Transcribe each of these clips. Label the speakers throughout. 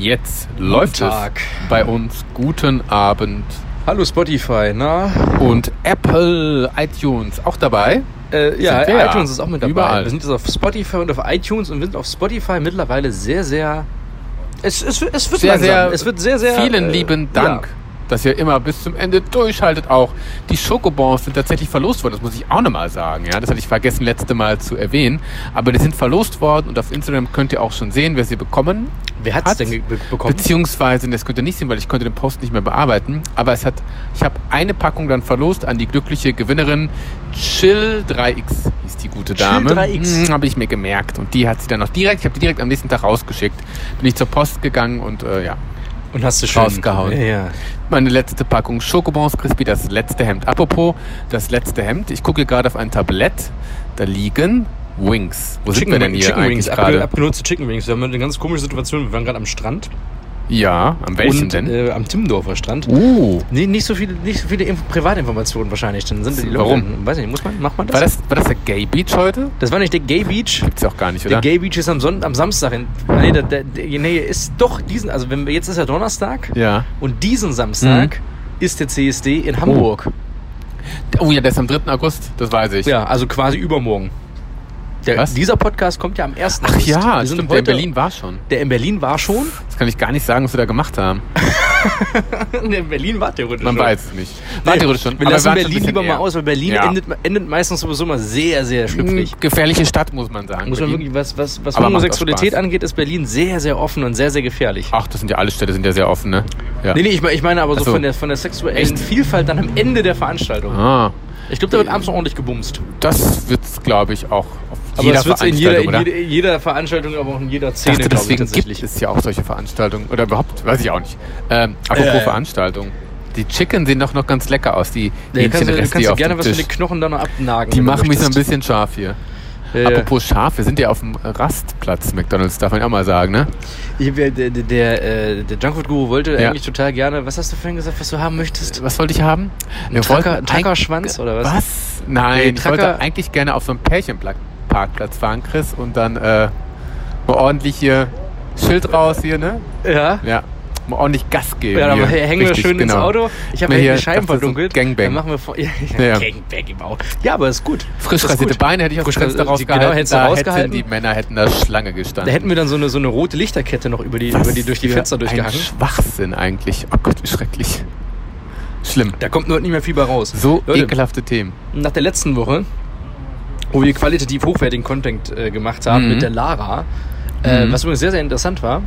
Speaker 1: Jetzt läuft
Speaker 2: Tag.
Speaker 1: es bei uns. Guten Abend.
Speaker 2: Hallo Spotify, na?
Speaker 1: Und Apple, iTunes auch dabei.
Speaker 2: Äh, ja,
Speaker 1: Sind wir ja.
Speaker 2: iTunes ist auch mit dabei.
Speaker 1: Überall.
Speaker 2: Wir sind jetzt auf Spotify und auf iTunes und wir sind auf Spotify mittlerweile sehr, sehr. Es, es, es wird
Speaker 1: Sehr,
Speaker 2: langsam.
Speaker 1: sehr-
Speaker 2: es wird sehr, sehr.
Speaker 1: Vielen
Speaker 2: äh,
Speaker 1: lieben Dank, dass ihr immer bis zum Ende durchhaltet. Auch die Schokobons sind tatsächlich verlost worden. Das muss ich auch nochmal sagen. Ja, das hatte ich vergessen, letzte Mal zu erwähnen. Aber die sind verlost worden und auf Instagram könnt ihr auch schon sehen, wer sie bekommen
Speaker 2: Ja. Wer hat's
Speaker 1: Hat's?
Speaker 2: denn ge- be bekommen?
Speaker 1: Beziehungsweise, das könnt ihr nicht sehen, weil ich konnte den Post nicht mehr bearbeiten. Aber es hat, ich habe eine Packung dann verlost an die glückliche Gewinnerin Chill 3X hieß die gute
Speaker 2: Chill
Speaker 1: Dame.
Speaker 2: 3X.
Speaker 1: Hm, habe ich mir gemerkt und die hat sie dann noch direkt. Ich habe die direkt am nächsten Tag rausgeschickt. Bin ich zur Post gegangen und äh, ja,
Speaker 2: und hast du schön
Speaker 1: rausgehauen.
Speaker 2: Ja, ja.
Speaker 1: meine letzte Packung Schokobons Crispy, das letzte Hemd. Apropos das letzte Hemd. Ich gucke gerade auf ein Tablett. Da liegen Wings. Wo sind wir denn hier
Speaker 2: Chicken Wings,
Speaker 1: eigentlich
Speaker 2: abge-
Speaker 1: gerade?
Speaker 2: abgenutzte Chicken Wings. Wir haben eine ganz komische Situation. Wir waren gerade am Strand.
Speaker 1: Ja, am welchen
Speaker 2: und,
Speaker 1: denn?
Speaker 2: Äh, am Timmendorfer Strand.
Speaker 1: uh.
Speaker 2: Nee, nicht so viele, nicht so viele Inf Privatinformationen wahrscheinlich. Dann sind die Leute-
Speaker 1: Warum?
Speaker 2: Weiß ich nicht, muss man, macht man das?
Speaker 1: War das, war das der Gay Beach heute?
Speaker 2: Das war nicht der Gay Beach.
Speaker 1: Gibt's ja auch gar nicht,
Speaker 2: Der
Speaker 1: oder?
Speaker 2: Gay Beach ist am, Sonntag, am Samstag. In, nee, der, der, der, nee, ist doch diesen, also wenn wir, jetzt ist ja Donnerstag
Speaker 1: Ja. Mhm.
Speaker 2: und diesen Samstag ist der CSD in Hamburg.
Speaker 1: Oh ja, der ist am 3. August, das weiß ich.
Speaker 2: Ja, also quasi übermorgen. Der,
Speaker 1: Was?
Speaker 2: Dieser Podcast kommt ja am 1.
Speaker 1: Ach
Speaker 2: August.
Speaker 1: ja,
Speaker 2: wir sind
Speaker 1: stimmt, der
Speaker 2: heute,
Speaker 1: in Berlin war schon.
Speaker 2: Der in Berlin war schon.
Speaker 1: Das kann ich gar nicht sagen, was wir da gemacht haben.
Speaker 2: der in Berlin war theoretisch
Speaker 1: Man
Speaker 2: schon.
Speaker 1: weiß es nicht. War theoretisch schon.
Speaker 2: Wir
Speaker 1: aber
Speaker 2: lassen
Speaker 1: waren schon ein
Speaker 2: Berlin
Speaker 1: bisschen
Speaker 2: lieber mal
Speaker 1: eher.
Speaker 2: aus, weil Berlin
Speaker 1: Ja.
Speaker 2: endet, endet meistens sowieso mal sehr, sehr schlüpfrig.
Speaker 1: Hm, Gefährliche Stadt, muss man sagen.
Speaker 2: Muss man
Speaker 1: Berlin.
Speaker 2: wirklich, was, was, was
Speaker 1: Aber macht auch
Speaker 2: Homosexualität
Speaker 1: Spaß.
Speaker 2: angeht, ist Berlin sehr, sehr offen und sehr, sehr gefährlich.
Speaker 1: Ach, das sind ja alle Städte, sind ja sehr offen, ne? Ja.
Speaker 2: Nee, nee, ich, mein- ich meine aber so,
Speaker 1: Ach so.
Speaker 2: Von, der, von der sexuellen
Speaker 1: Echt?
Speaker 2: Vielfalt dann am Ende der Veranstaltung.
Speaker 1: Ah,
Speaker 2: Ich glaube, da wird abends noch ordentlich gebumst.
Speaker 1: das wird's, glaube ich, auch auf
Speaker 2: Aber
Speaker 1: jeder
Speaker 2: das wird in jeder,
Speaker 1: Veranstaltung,
Speaker 2: in
Speaker 1: oder?
Speaker 2: jeder, jeder Veranstaltung, aber auch in jeder
Speaker 1: Ich
Speaker 2: Szene,
Speaker 1: dachte,
Speaker 2: glaube ich,
Speaker 1: deswegen gibt
Speaker 2: tatsächlich.
Speaker 1: es ja auch solche Veranstaltungen. Oder überhaupt, weiß ich auch nicht. Ähm, apropos
Speaker 2: Äh.
Speaker 1: Veranstaltungen. Die Chicken sehen doch noch ganz lecker aus, die
Speaker 2: Ja, kannst du,
Speaker 1: Hähnchenreste
Speaker 2: kannst
Speaker 1: hier
Speaker 2: du
Speaker 1: auf
Speaker 2: gerne
Speaker 1: dem
Speaker 2: was mit
Speaker 1: Tisch.
Speaker 2: den Knochen da noch abnagen.
Speaker 1: Die
Speaker 2: wenn du
Speaker 1: machen mich so ein
Speaker 2: möchtest.
Speaker 1: bisschen scharf hier.
Speaker 2: Ja, ja.
Speaker 1: Apropos scharf, wir sind ja auf dem Rastplatz McDonalds, darf man ja auch mal sagen, ne?
Speaker 2: Hier, Der, der, der, äh, der Junkfood-Guru wollte
Speaker 1: Ja.
Speaker 2: eigentlich total gerne. Was hast du vorhin gesagt, was du haben möchtest?
Speaker 1: Was wollte ich haben? Wir
Speaker 2: Trucker-
Speaker 1: wollten
Speaker 2: Truckerschwanz
Speaker 1: eig-
Speaker 2: oder was?
Speaker 1: Was? Nein,
Speaker 2: Nee,
Speaker 1: ich
Speaker 2: Trucker-
Speaker 1: wollte eigentlich gerne auf so einen Pärchenparkplatz fahren, Chris, und dann äh, mal ordentlich hier Schild raus hier, ne?
Speaker 2: Ja.
Speaker 1: Ja. Mal ordentlich Gas geben.
Speaker 2: Ja, dann
Speaker 1: hier.
Speaker 2: hängen wir
Speaker 1: Richtig,
Speaker 2: schön ins
Speaker 1: genau.
Speaker 2: Auto. Ich habe
Speaker 1: Mal
Speaker 2: ja
Speaker 1: hier-
Speaker 2: die
Speaker 1: das
Speaker 2: Scheiben
Speaker 1: ist so ein
Speaker 2: verdunkelt.
Speaker 1: Gangbang.
Speaker 2: Dann machen wir vor. Ja,
Speaker 1: Ja.
Speaker 2: Gangbang im Auto. Ja, aber ist gut.
Speaker 1: Frisch
Speaker 2: Ist gut.
Speaker 1: rasierte Beine hätte ich aus
Speaker 2: Frisch
Speaker 1: dem Fenster
Speaker 2: rasierte-
Speaker 1: rausgehalten.
Speaker 2: Genau, hättest du
Speaker 1: da
Speaker 2: rausgehalten.
Speaker 1: Hätten die Männer hätten da Schlange
Speaker 2: Da
Speaker 1: gestanden.
Speaker 2: hätten wir dann so eine, so eine rote Lichterkette noch über die,
Speaker 1: Was
Speaker 2: über die durch die
Speaker 1: für
Speaker 2: Fenster
Speaker 1: Ein
Speaker 2: durchgehangen.
Speaker 1: Schwachsinn eigentlich. Oh Gott, wie schrecklich. Schlimm.
Speaker 2: Da kommt nur nicht mehr viel bei raus.
Speaker 1: So
Speaker 2: Leute,
Speaker 1: ekelhafte Themen.
Speaker 2: nach der letzten Woche, wo wir qualitativ hochwertigen Content äh, gemacht haben
Speaker 1: Mhm.
Speaker 2: mit der Lara, äh,
Speaker 1: Mhm.
Speaker 2: was übrigens sehr, sehr interessant war,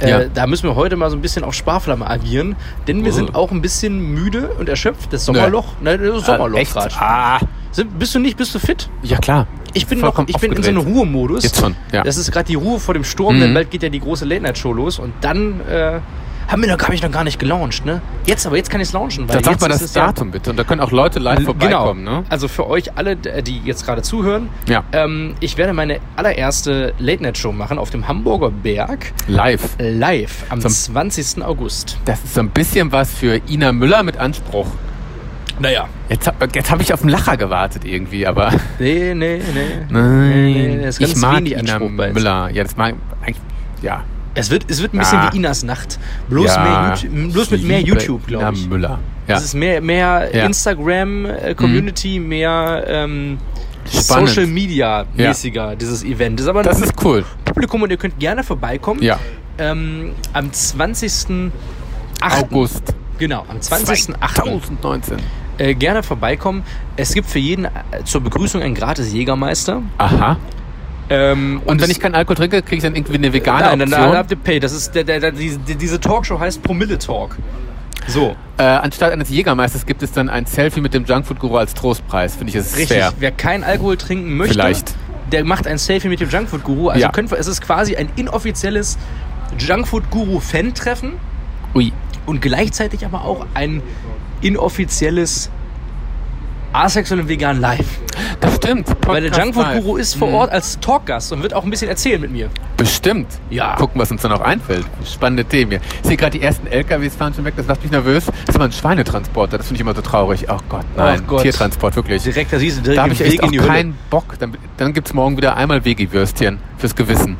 Speaker 2: äh,
Speaker 1: Ja.
Speaker 2: da müssen wir heute mal so ein bisschen auf Sparflamme agieren, denn wir
Speaker 1: Oh.
Speaker 2: sind auch ein bisschen müde und erschöpft. Das Sommerloch, ne, das Sommerloch
Speaker 1: Echt?
Speaker 2: grad.
Speaker 1: Ah,
Speaker 2: Sind- Bist du nicht, bist du fit?
Speaker 1: ja klar.
Speaker 2: Ich bin
Speaker 1: Vollkommen
Speaker 2: noch, ich bin in so
Speaker 1: aufgedreht.
Speaker 2: einem Ruhemodus.
Speaker 1: Jetzt schon, ja.
Speaker 2: Das ist gerade die Ruhe vor dem Sturm,
Speaker 1: Mhm.
Speaker 2: denn bald geht ja die große Late-Night-Show los und dann äh, haben wir noch, hab ich noch gar nicht gelauncht, ne? Jetzt aber, jetzt kann ich es launchen, weil
Speaker 1: Dann sag
Speaker 2: jetzt
Speaker 1: mal
Speaker 2: ist
Speaker 1: das
Speaker 2: es ja-
Speaker 1: Datum bitte. Und da können auch Leute live vorbeikommen, ne?
Speaker 2: Also für euch alle, d- die jetzt gerade zuhören,
Speaker 1: Ja,
Speaker 2: ähm, ich werde meine allererste Late-Night-Show machen auf dem Hamburger Berg
Speaker 1: live.
Speaker 2: live am
Speaker 1: Zum-
Speaker 2: 20. August.
Speaker 1: Das ist so ein bisschen was für Ina Müller mit Anspruch.
Speaker 2: Naja.
Speaker 1: Jetzt hab, jetzt hab ich auf den Lacher gewartet irgendwie, aber.
Speaker 2: Nee, nee, nee.
Speaker 1: Nein,
Speaker 2: das ist
Speaker 1: ich
Speaker 2: ganz
Speaker 1: mag
Speaker 2: wenig
Speaker 1: Ina
Speaker 2: Anspruch bei uns.
Speaker 1: Müller. Ja, das mag eigentlich. Ja.
Speaker 2: Es wird, es wird ein bisschen
Speaker 1: Ja.
Speaker 2: wie Inas Nacht. Bloß,
Speaker 1: ja,
Speaker 2: mehr YouTube, bloß mit
Speaker 1: ich
Speaker 2: mehr
Speaker 1: liebe
Speaker 2: YouTube, glaube ich.
Speaker 1: Ina Müller. Ja.
Speaker 2: Es ist mehr, mehr
Speaker 1: Ja. Mhm.
Speaker 2: Instagram-Community, mehr ähm,
Speaker 1: Spannend.
Speaker 2: Social Media-mäßiger, dieses Event. Das ist aber ein
Speaker 1: Das ist cool.
Speaker 2: Publikum und ihr könnt gerne vorbeikommen.
Speaker 1: Ja.
Speaker 2: Ähm, am 20.
Speaker 1: August
Speaker 2: Genau, am 20.08.
Speaker 1: 2019.
Speaker 2: Äh, gerne vorbeikommen. Es gibt für jeden äh, zur Begrüßung einen gratis Jägermeister.
Speaker 1: Aha.
Speaker 2: Ähm,
Speaker 1: Und wenn
Speaker 2: es-
Speaker 1: ich keinen Alkohol trinke, kriege ich dann irgendwie eine vegane
Speaker 2: Nein, nein,
Speaker 1: Option.
Speaker 2: nein, nein, habt ihr Pay. Das ist der, der, der, diese, diese Talkshow heißt Promille Talk. So.
Speaker 1: Äh, anstatt eines Jägermeisters gibt es dann ein Selfie mit dem Junkfood-Guru als Trostpreis. Finde ich, es
Speaker 2: Richtig.
Speaker 1: fair.
Speaker 2: Wer keinen Alkohol trinken möchte,
Speaker 1: Vielleicht.
Speaker 2: der macht ein Selfie mit dem Junkfood Guru. Also
Speaker 1: Ja.
Speaker 2: können wir, es ist quasi ein inoffizielles Junkfood Guru Fan Treffen
Speaker 1: Ui.
Speaker 2: und gleichzeitig aber auch ein inoffizielles asexuell und vegan Live.
Speaker 1: Das Bestimmt.
Speaker 2: Weil der
Speaker 1: Podcast
Speaker 2: Junkfood-Guru
Speaker 1: live.
Speaker 2: ist vor
Speaker 1: Mhm.
Speaker 2: Ort als Talkgast und wird auch ein bisschen erzählen mit mir.
Speaker 1: Bestimmt.
Speaker 2: Ja.
Speaker 1: Gucken, was uns dann auch einfällt. Spannende Themen hier. Ich sehe gerade, die ersten LKWs fahren schon weg. Das macht mich nervös. Das ist mal ein Schweinetransporter. Das finde ich immer so traurig. Ach Gott, nein.
Speaker 2: Ach Oh Gott.
Speaker 1: Tiertransport, wirklich.
Speaker 2: Direkt, da siehst du direkt
Speaker 1: Da habe ich
Speaker 2: den
Speaker 1: echt auch
Speaker 2: Hölle.
Speaker 1: keinen Bock. Dann, dann gibt es morgen wieder einmal Veggie-Würstchen fürs Gewissen.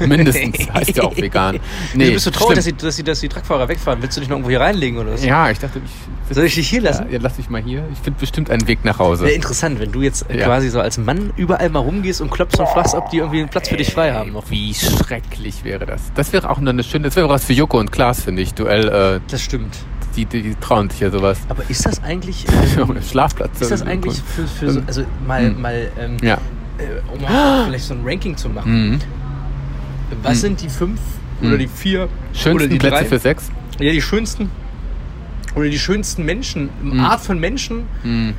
Speaker 1: Mindestens. heißt ja auch vegan.
Speaker 2: Wieso bist du traurig, dass
Speaker 1: stimmt.
Speaker 2: die, dass, die, dass die Truckfahrer wegfahren? Willst du dich noch irgendwo hier reinlegen oder was?
Speaker 1: Ja, ich dachte, ich...
Speaker 2: Soll ich dich hier lassen?
Speaker 1: Ja, lass mich mal hier. Ich finde bestimmt einen Weg nach Hause.
Speaker 2: Wäre interessant, wenn du jetzt äh,
Speaker 1: Ja.
Speaker 2: quasi so als Mann überall mal rumgehst und klopfst und fragst, ob die irgendwie einen Platz für dich frei haben noch.
Speaker 1: Wie schrecklich wäre das? Das wäre auch noch eine schöne, das wäre was für Joko und Klaas, finde ich. Duell, äh,
Speaker 2: Das stimmt.
Speaker 1: die, die, die trauen sich ja sowas.
Speaker 2: Aber ist das eigentlich, ähm,
Speaker 1: Schlafplatz.
Speaker 2: ist das eigentlich für, für so, also mal, mal ähm,
Speaker 1: Hm. Ja.
Speaker 2: äh, um mal vielleicht so ein Ranking zu machen.
Speaker 1: Mhm.
Speaker 2: Was sind die fünf oder
Speaker 1: Mhm.
Speaker 2: die vier oder
Speaker 1: Schönsten
Speaker 2: die
Speaker 1: Plätze
Speaker 2: drei?
Speaker 1: für Sex?
Speaker 2: Ja, die schönsten oder die schönsten Menschen, Art von Menschen,
Speaker 1: Mhm.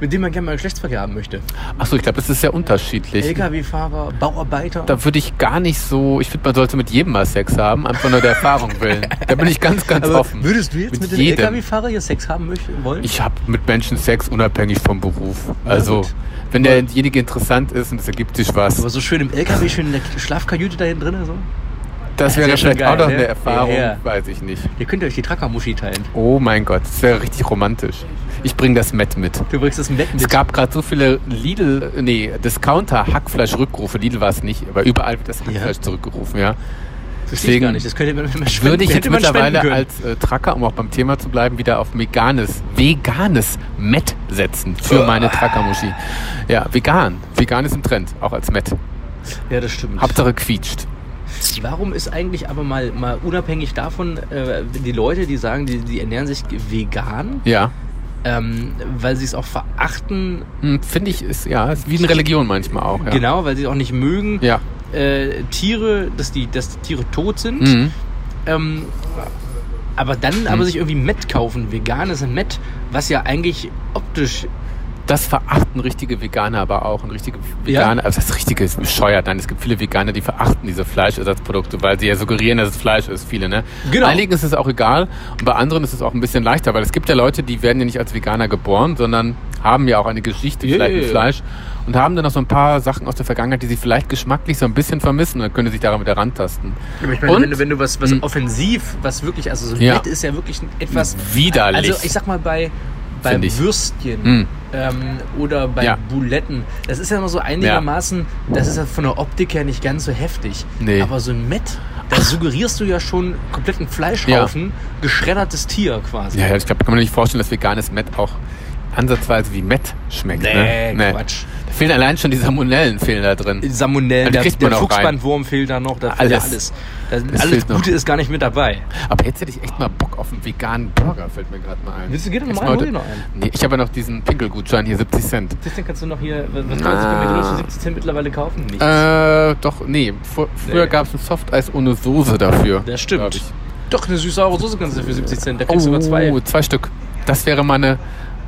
Speaker 2: mit denen man gerne mal Geschlechtsverkehr haben möchte.
Speaker 1: Achso, ich glaube, das ist sehr unterschiedlich.
Speaker 2: LKW-Fahrer, Bauarbeiter.
Speaker 1: Da würde ich gar nicht so, ich finde, man sollte mit jedem mal Sex haben, einfach nur der Erfahrung willen. Da bin ich ganz, ganz
Speaker 2: Aber
Speaker 1: offen.
Speaker 2: würdest du jetzt mit,
Speaker 1: Mit
Speaker 2: dem
Speaker 1: jedem.
Speaker 2: LKW-Fahrer hier Sex haben möchten, wollen?
Speaker 1: Ich habe mit Menschen Sex unabhängig vom Beruf.
Speaker 2: Na
Speaker 1: Also,
Speaker 2: gut.
Speaker 1: wenn derjenige interessant ist und es ergibt sich was,
Speaker 2: Aber so schön im LKW, schön in der Schlafkajüte da hinten drin. So.
Speaker 1: das
Speaker 2: wär
Speaker 1: wäre
Speaker 2: schon
Speaker 1: vielleicht
Speaker 2: geil,
Speaker 1: auch noch
Speaker 2: ne?
Speaker 1: eine Erfahrung,
Speaker 2: Ja, ja.
Speaker 1: weiß ich nicht.
Speaker 2: Ihr könnt euch die Trucker-Muschi teilen.
Speaker 1: Oh mein Gott, das wäre richtig romantisch. Ich bringe das Matt mit.
Speaker 2: Du bringst das im Bett mit.
Speaker 1: Es gab gerade so viele Lidl, äh, nee, Discounter-Hackfleisch-Rückrufe. Lidl war es nicht, aber überall wird das Hackfleisch zurückgerufen, ja.
Speaker 2: Verstehe ich gar
Speaker 1: deswegen
Speaker 2: nicht. Das könnte man, wenn man spenden,
Speaker 1: Würde ich jetzt
Speaker 2: hätte man spenden
Speaker 1: mittlerweile
Speaker 2: können.
Speaker 1: als äh, Tracker, um auch beim Thema zu bleiben, wieder auf veganes, veganes Met setzen für meine Trackermuschi. Ja, vegan. Vegan ist im Trend, auch als Met.
Speaker 2: Ja, das stimmt.
Speaker 1: Hauptsache quietscht.
Speaker 2: Warum ist eigentlich aber mal, mal unabhängig davon, äh, die Leute, die sagen, die, die ernähren sich vegan,
Speaker 1: Ja.
Speaker 2: ähm, weil sie es auch verachten,
Speaker 1: Hm, Finde ich, ist ja ist wie eine Religion manchmal auch. Ja.
Speaker 2: genau, weil sie es auch nicht mögen,
Speaker 1: Ja.
Speaker 2: äh, Tiere, dass die, dass die Tiere tot sind.
Speaker 1: Mhm.
Speaker 2: Ähm, aber dann
Speaker 1: Hm.
Speaker 2: aber sich irgendwie Met kaufen, veganes Met, was ja eigentlich optisch
Speaker 1: Das verachten richtige Veganer aber auch. Und richtige Veganer, also das Richtige ist bescheuert. Nein, es gibt viele Veganer, die verachten diese Fleischersatzprodukte, weil sie ja suggerieren, dass es Fleisch ist. Viele, ne?
Speaker 2: Genau.
Speaker 1: Einigen ist es auch egal und bei anderen ist es auch ein bisschen leichter, weil es gibt ja Leute, die werden ja nicht als Veganer geboren, sondern haben ja auch eine Geschichte,
Speaker 2: Ja,
Speaker 1: vielleicht
Speaker 2: ja,
Speaker 1: mit
Speaker 2: ja.
Speaker 1: Fleisch und haben dann noch so ein paar Sachen aus der Vergangenheit, die sie vielleicht geschmacklich so ein bisschen vermissen. Dann können sie sich daran wieder rantasten.
Speaker 2: Aber ich meine,
Speaker 1: Und?
Speaker 2: wenn du, wenn du was, was
Speaker 1: Mhm.
Speaker 2: offensiv, was wirklich, also so ein
Speaker 1: Ja.
Speaker 2: Bett ist ja wirklich ein- etwas.
Speaker 1: Widerlich.
Speaker 2: Also ich sag mal bei, bei
Speaker 1: Find ich.
Speaker 2: Würstchen
Speaker 1: Mhm.
Speaker 2: ähm, oder bei
Speaker 1: Ja.
Speaker 2: Buletten, das ist ja immer so einigermaßen, das ist ja von der Optik her nicht ganz so heftig.
Speaker 1: Nee.
Speaker 2: Aber so ein Met, da suggerierst du ja schon kompletten Fleischhaufen, geschreddertes Tier quasi.
Speaker 1: Ja, ja, ich glaube, kann man nicht vorstellen, dass veganes Met auch ansatzweise wie Met schmeckt.
Speaker 2: Nee,
Speaker 1: ne?
Speaker 2: Quatsch.
Speaker 1: Da fehlen allein schon die Salmonellen fehlen da drin.
Speaker 2: Salmonellen,
Speaker 1: Aber die
Speaker 2: der,
Speaker 1: Also kriegt
Speaker 2: der
Speaker 1: man auch rein.
Speaker 2: Fuchsbandwurm fehlt da noch, da fehlt ja
Speaker 1: Alles.
Speaker 2: alles. Da, alles
Speaker 1: fehlt noch.
Speaker 2: Gute ist gar nicht mit dabei.
Speaker 1: Aber jetzt hätte ich echt mal Bock auf einen veganen Burger, fällt mir gerade mal ein.
Speaker 2: Willst du, geh doch mal
Speaker 1: Jetzt
Speaker 2: rein, hol dir noch einen.
Speaker 1: Nee, ich habe ja noch diesen Pinkelgutschein hier, 70 Cent.
Speaker 2: Christian, kannst du noch hier, was kannst du
Speaker 1: Ah.
Speaker 2: mit 70 Cent mittlerweile kaufen? Nichts.
Speaker 1: Äh, doch, nee. Vor, früher
Speaker 2: Nee.
Speaker 1: gab es ein Softeis ohne Soße dafür.
Speaker 2: Das
Speaker 1: glaub
Speaker 2: stimmt.
Speaker 1: ich.
Speaker 2: Doch, eine süße saure Soße kannst du für 70 Cent. Da
Speaker 1: Oh,
Speaker 2: kriegst du sogar zwei. Und
Speaker 1: zwei Stück. Das wäre mal eine,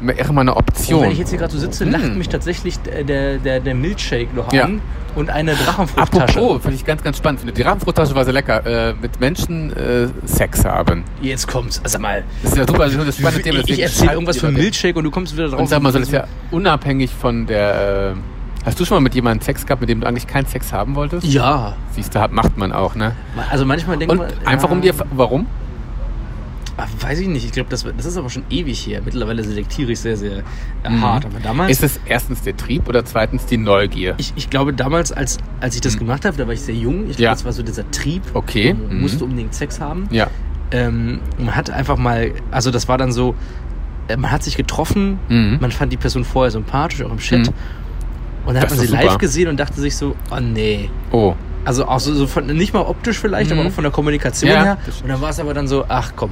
Speaker 1: wäre mal eine
Speaker 2: wenn ich
Speaker 1: Option.
Speaker 2: jetzt hier gerade so sitze, lacht mich tatsächlich der, der, der, der Milkshake noch
Speaker 1: Hm. Ja.
Speaker 2: an und eine Drachenfruchttasche.
Speaker 1: Apropos, finde ich ganz, ganz spannend. Die Rahmenfrottasche war sehr lecker. Äh, mit Menschen äh, Sex haben.
Speaker 2: Jetzt kommt's. Also mal,
Speaker 1: Das ist ja super, das ist das spannende
Speaker 2: ich,
Speaker 1: Thema.
Speaker 2: ich
Speaker 1: deswegen
Speaker 2: erzähle
Speaker 1: schalten
Speaker 2: irgendwas
Speaker 1: die
Speaker 2: von
Speaker 1: Leute.
Speaker 2: Milkshake und du kommst wieder drauf.
Speaker 1: Und sag mal, so das ist ja unabhängig von der. Äh, hast du schon mal mit jemandem Sex gehabt, mit dem du eigentlich keinen Sex haben wolltest?
Speaker 2: Ja.
Speaker 1: Siehst du, hat- macht man auch, ne?
Speaker 2: Also manchmal denkt
Speaker 1: Und
Speaker 2: man...
Speaker 1: einfach um
Speaker 2: ja,
Speaker 1: dir. Warum?
Speaker 2: Ah, Weiß ich nicht. Ich glaube, das, das ist aber schon ewig her. Mittlerweile selektiere ich sehr, sehr äh,
Speaker 1: Mhm.
Speaker 2: hart. Aber damals...
Speaker 1: Ist es erstens der Trieb oder zweitens die Neugier?
Speaker 2: Ich, ich glaube, damals, als, als ich das gemacht habe, da war ich sehr jung. Ich glaube,
Speaker 1: Hm. Ja.
Speaker 2: das war so dieser Trieb.
Speaker 1: Okay,
Speaker 2: Man
Speaker 1: mhm.
Speaker 2: musste unbedingt Sex haben.
Speaker 1: ja.
Speaker 2: Ähm, man hat einfach mal, also das war dann so, äh, man hat sich getroffen,
Speaker 1: Mhm.
Speaker 2: man fand die Person vorher sympathisch, auch im Chat.
Speaker 1: Mhm.
Speaker 2: Und dann
Speaker 1: Das
Speaker 2: hat man sie
Speaker 1: ist super.
Speaker 2: live gesehen und dachte sich so, oh nee.
Speaker 1: Oh.
Speaker 2: Also auch so, so von, nicht mal optisch vielleicht,
Speaker 1: Mhm.
Speaker 2: aber auch von der Kommunikation
Speaker 1: Ja,
Speaker 2: her.
Speaker 1: das stimmt.
Speaker 2: Und dann war es aber dann so, ach komm,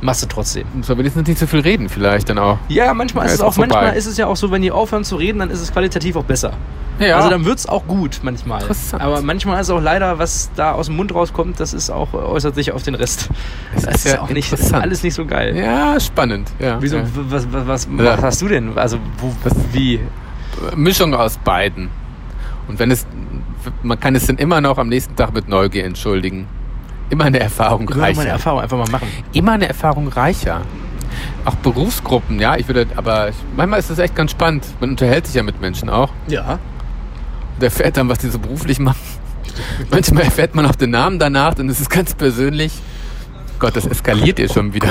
Speaker 2: machst du trotzdem.
Speaker 1: Muss aber wenigstens nicht so viel reden, vielleicht dann auch.
Speaker 2: Ja, manchmal
Speaker 1: Ja,
Speaker 2: ist
Speaker 1: ist
Speaker 2: es auch,
Speaker 1: auch vorbei.
Speaker 2: manchmal ist es ja auch so, wenn die aufhören zu reden, dann ist es qualitativ auch besser.
Speaker 1: Ja.
Speaker 2: Also dann wird's auch gut manchmal.
Speaker 1: Interessant.
Speaker 2: Aber manchmal ist auch leider, was da aus dem Mund rauskommt, das ist auch, äußert sich auf den Rest. Das,
Speaker 1: ist ja
Speaker 2: auch nicht, das ist
Speaker 1: interessant.
Speaker 2: alles nicht so geil.
Speaker 1: ja, spannend. Ja.
Speaker 2: Wieso,
Speaker 1: Ja.
Speaker 2: w- was, was, was,
Speaker 1: Ja.
Speaker 2: was hast du denn? Also, wo, wie?
Speaker 1: Mischung aus beiden. Und wenn es. Man kann es dann immer noch am nächsten Tag mit Neugier entschuldigen. Immer eine Erfahrung
Speaker 2: Immer mal
Speaker 1: reicher.
Speaker 2: eine Erfahrung einfach mal machen.
Speaker 1: immer eine Erfahrung reicher. auch Berufsgruppen, ja. Ich würde, aber ich, manchmal ist das echt ganz spannend. Man unterhält sich ja mit Menschen auch.
Speaker 2: Ja.
Speaker 1: Und erfährt dann, was die so beruflich machen. manchmal erfährt man auch den Namen danach, dann ist es ganz persönlich. Gott, das eskaliert ihr schon wieder.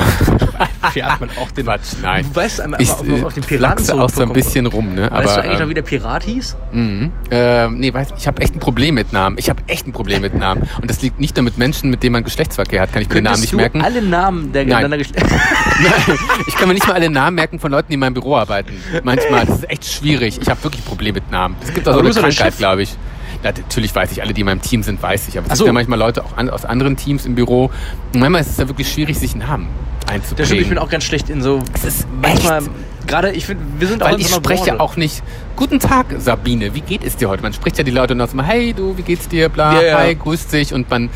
Speaker 2: Fährt man auch den.
Speaker 1: Quatsch, nein.
Speaker 2: Du weißt einmal,
Speaker 1: Ich äh,
Speaker 2: aber ob man auf den Piraten
Speaker 1: flachse auch so ein
Speaker 2: zurückkommt.
Speaker 1: bisschen rum, ne? Aber,
Speaker 2: weißt du eigentlich
Speaker 1: ähm,
Speaker 2: noch, wie der Pirat hieß?
Speaker 1: Mhm. Ähm, nee, weiß, ich habe echt ein Problem mit Namen. Ich habe echt ein Problem mit Namen. Und das liegt nicht nur mit Menschen, mit denen man Geschlechtsverkehr hat. Kann ich mir den Namen nicht
Speaker 2: du
Speaker 1: merken.
Speaker 2: alle Namen der
Speaker 1: Nein.
Speaker 2: gegeneinander gestellt
Speaker 1: Nein, ich kann mir nicht mal alle Namen merken von Leuten, die in meinem Büro arbeiten. Manchmal, das ist echt schwierig. Ich habe wirklich ein Problem mit Namen. Es gibt auch so
Speaker 2: Aber
Speaker 1: eine
Speaker 2: du bist doch der
Speaker 1: Krankheit,
Speaker 2: Chef.
Speaker 1: glaube ich. Na, natürlich weiß ich, alle, die in meinem Team sind, weiß ich. Aber
Speaker 2: Ach
Speaker 1: es
Speaker 2: so.
Speaker 1: gibt ja manchmal Leute auch an, aus anderen Teams im Büro. Und manchmal ist es ja wirklich schwierig, sich einen Namen einzubringen.
Speaker 2: Das stimmt, ich bin auch ganz schlecht in so.
Speaker 1: Es ist
Speaker 2: manchmal. Gerade, ich finde, wir sind auch
Speaker 1: Weil
Speaker 2: in
Speaker 1: ich
Speaker 2: so einer
Speaker 1: spreche
Speaker 2: Branche.
Speaker 1: ja auch nicht, guten Tag Sabine, wie geht es dir heute? Man spricht ja die Leute noch so, hey du, wie geht's dir, bla,
Speaker 2: Ja, ja.
Speaker 1: hi, grüß dich. Und man,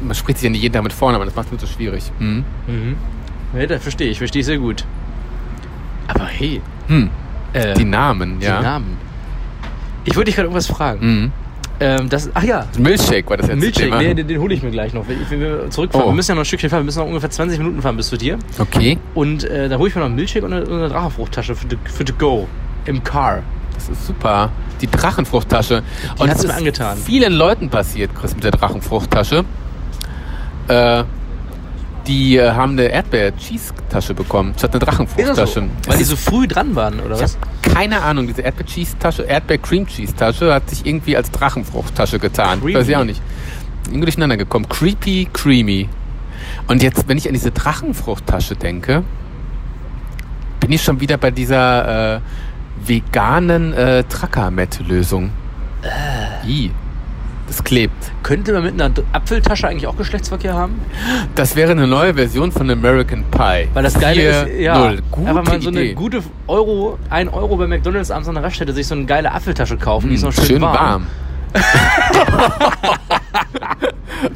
Speaker 1: man spricht sich ja nicht jeden Tag mit vorne, aber das macht es mir so schwierig. Hm.
Speaker 2: Mhm. Ja, das verstehe ich, verstehe ich sehr gut. Aber hey,
Speaker 1: Hm.
Speaker 2: äh,
Speaker 1: Die Namen,
Speaker 2: die
Speaker 1: ja.
Speaker 2: Namen. Ich wollte dich gerade irgendwas fragen.
Speaker 1: Hm.
Speaker 2: Ähm, das, ach ja,
Speaker 1: Milchshake war das jetzt.
Speaker 2: Milchshake, nee, den, den hole ich mir gleich noch. Wenn wenn wir zurückfahren,
Speaker 1: Oh.
Speaker 2: wir müssen ja noch ein Stückchen fahren, wir müssen noch ungefähr 20 Minuten fahren bis zu dir.
Speaker 1: Okay,
Speaker 2: Und äh, da hole ich mir noch einen Milchshake und eine, und eine Drachenfruchttasche für to, für to go. Im Car.
Speaker 1: das ist super. Die Drachenfruchttasche. Und das
Speaker 2: hat's mir
Speaker 1: ist
Speaker 2: angetan.
Speaker 1: vielen Leuten passiert, Chris, mit der Drachenfruchttasche. Äh, die äh, haben eine Erdbeer-Cheese-Tasche bekommen, statt eine Drachenfruchttasche. Es
Speaker 2: Weil die
Speaker 1: ist
Speaker 2: so früh dran waren, oder was?
Speaker 1: Keine Ahnung, diese Erdbeer-Cheese-Tasche, Erdbeer-Cream-Cheese-Tasche hat sich irgendwie als Drachenfrucht-Tasche getan.
Speaker 2: Creamy.
Speaker 1: Weiß ich auch nicht. Irgendwie durcheinander gekommen. Creepy, creamy. Und jetzt, wenn ich an diese Drachenfruchttasche denke, bin ich schon wieder bei dieser äh, veganen äh, Tracker-Met-Lösung. Äh. I. Das klebt.
Speaker 2: Könnte man mit einer D- Apfeltasche eigentlich auch Geschlechtsverkehr haben?
Speaker 1: Das wäre eine neue Version von American Pie.
Speaker 2: Weil das Geile ist, ja,
Speaker 1: 4.0. Gute
Speaker 2: einfach mal so eine
Speaker 1: Idee.
Speaker 2: gute Euro, ein Euro bei McDonalds abends an der Raststätte sich so eine geile Apfeltasche kaufen,
Speaker 1: Hm, Mm,
Speaker 2: die ist noch schön, warm.
Speaker 1: oh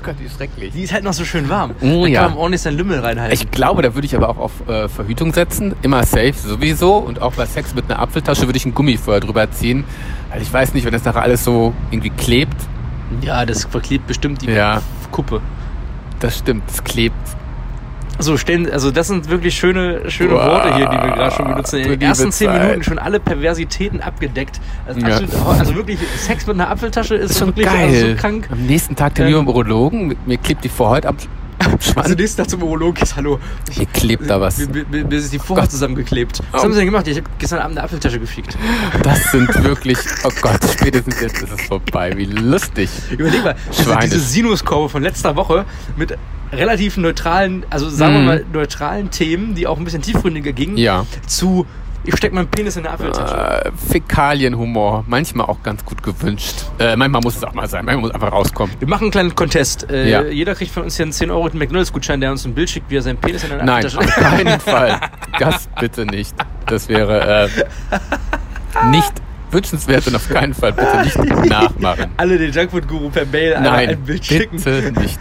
Speaker 1: Gott, die ist schrecklich.
Speaker 2: Die ist halt noch so schön warm.
Speaker 1: Oh
Speaker 2: da
Speaker 1: ja.
Speaker 2: kann man ordentlich sein Lümmel reinhalten.
Speaker 1: Ich glaube, da würde ich aber auch auf äh, Verhütung setzen. Immer safe sowieso. Und auch bei Sex mit einer Apfeltasche würde ich ein Gummi vorher drüber ziehen. Weil ich weiß nicht, wenn das nachher alles so irgendwie klebt.
Speaker 2: ja, das verklebt bestimmt die
Speaker 1: Ja.
Speaker 2: Kuppe.
Speaker 1: Das stimmt, es klebt.
Speaker 2: So, stellen, also das sind wirklich schöne, schöne
Speaker 1: Wow,
Speaker 2: Worte hier, die wir gerade schon benutzen.
Speaker 1: du
Speaker 2: In
Speaker 1: liebe
Speaker 2: den ersten zehn
Speaker 1: Zeit.
Speaker 2: Minuten schon alle Perversitäten abgedeckt. Also,
Speaker 1: Ja.
Speaker 2: absolut, also wirklich, Sex mit einer Apfeltasche ist,
Speaker 1: Ist schon
Speaker 2: wirklich
Speaker 1: geil.
Speaker 2: Also so krank.
Speaker 1: Am nächsten Tag den
Speaker 2: Ähm.
Speaker 1: ähm. Urologen. Mir klebt die Vorhaut am, Sch- am
Speaker 2: Also
Speaker 1: Schwanz.
Speaker 2: nächsten Tag zum Urolog ist, hallo.
Speaker 1: Mir klebt da was. Oh.
Speaker 2: Mir, mir, mir ist die Vorhaut zusammengeklebt. Was haben sie denn gemacht? Ich habe gestern Abend eine Apfeltasche gefickt.
Speaker 1: Das sind wirklich... Oh Gott, spätestens jetzt ist es vorbei. Wie lustig.
Speaker 2: Überleg mal, diese,
Speaker 1: Schweine.
Speaker 2: diese Sinuskurve von letzter Woche mit relativ neutralen, also sagen
Speaker 1: Mhm.
Speaker 2: wir mal neutralen Themen, die auch ein bisschen tiefgründiger gingen,
Speaker 1: Ja.
Speaker 2: zu ich steck meinen Penis in eine Apfeltasche.
Speaker 1: Äh, Fäkalienhumor, manchmal auch ganz gut gewünscht. Äh, manchmal muss es auch mal sein, manchmal muss einfach rauskommen.
Speaker 2: Wir machen einen kleinen Contest. Äh,
Speaker 1: Ja.
Speaker 2: Jeder kriegt von uns hier einen 10 Euro McDonalds-Gutschein, der uns ein Bild schickt, wie er seinen Penis in eine
Speaker 1: Nein,
Speaker 2: Apfeltasche...
Speaker 1: auf keinen Fall. Das bitte nicht. Das wäre äh, nicht wünschenswert und auf keinen Fall bitte nicht nachmachen.
Speaker 2: Alle den Junkfood-Guru per Mail einmal
Speaker 1: Nein,
Speaker 2: ein Bild schicken.
Speaker 1: bitte nicht.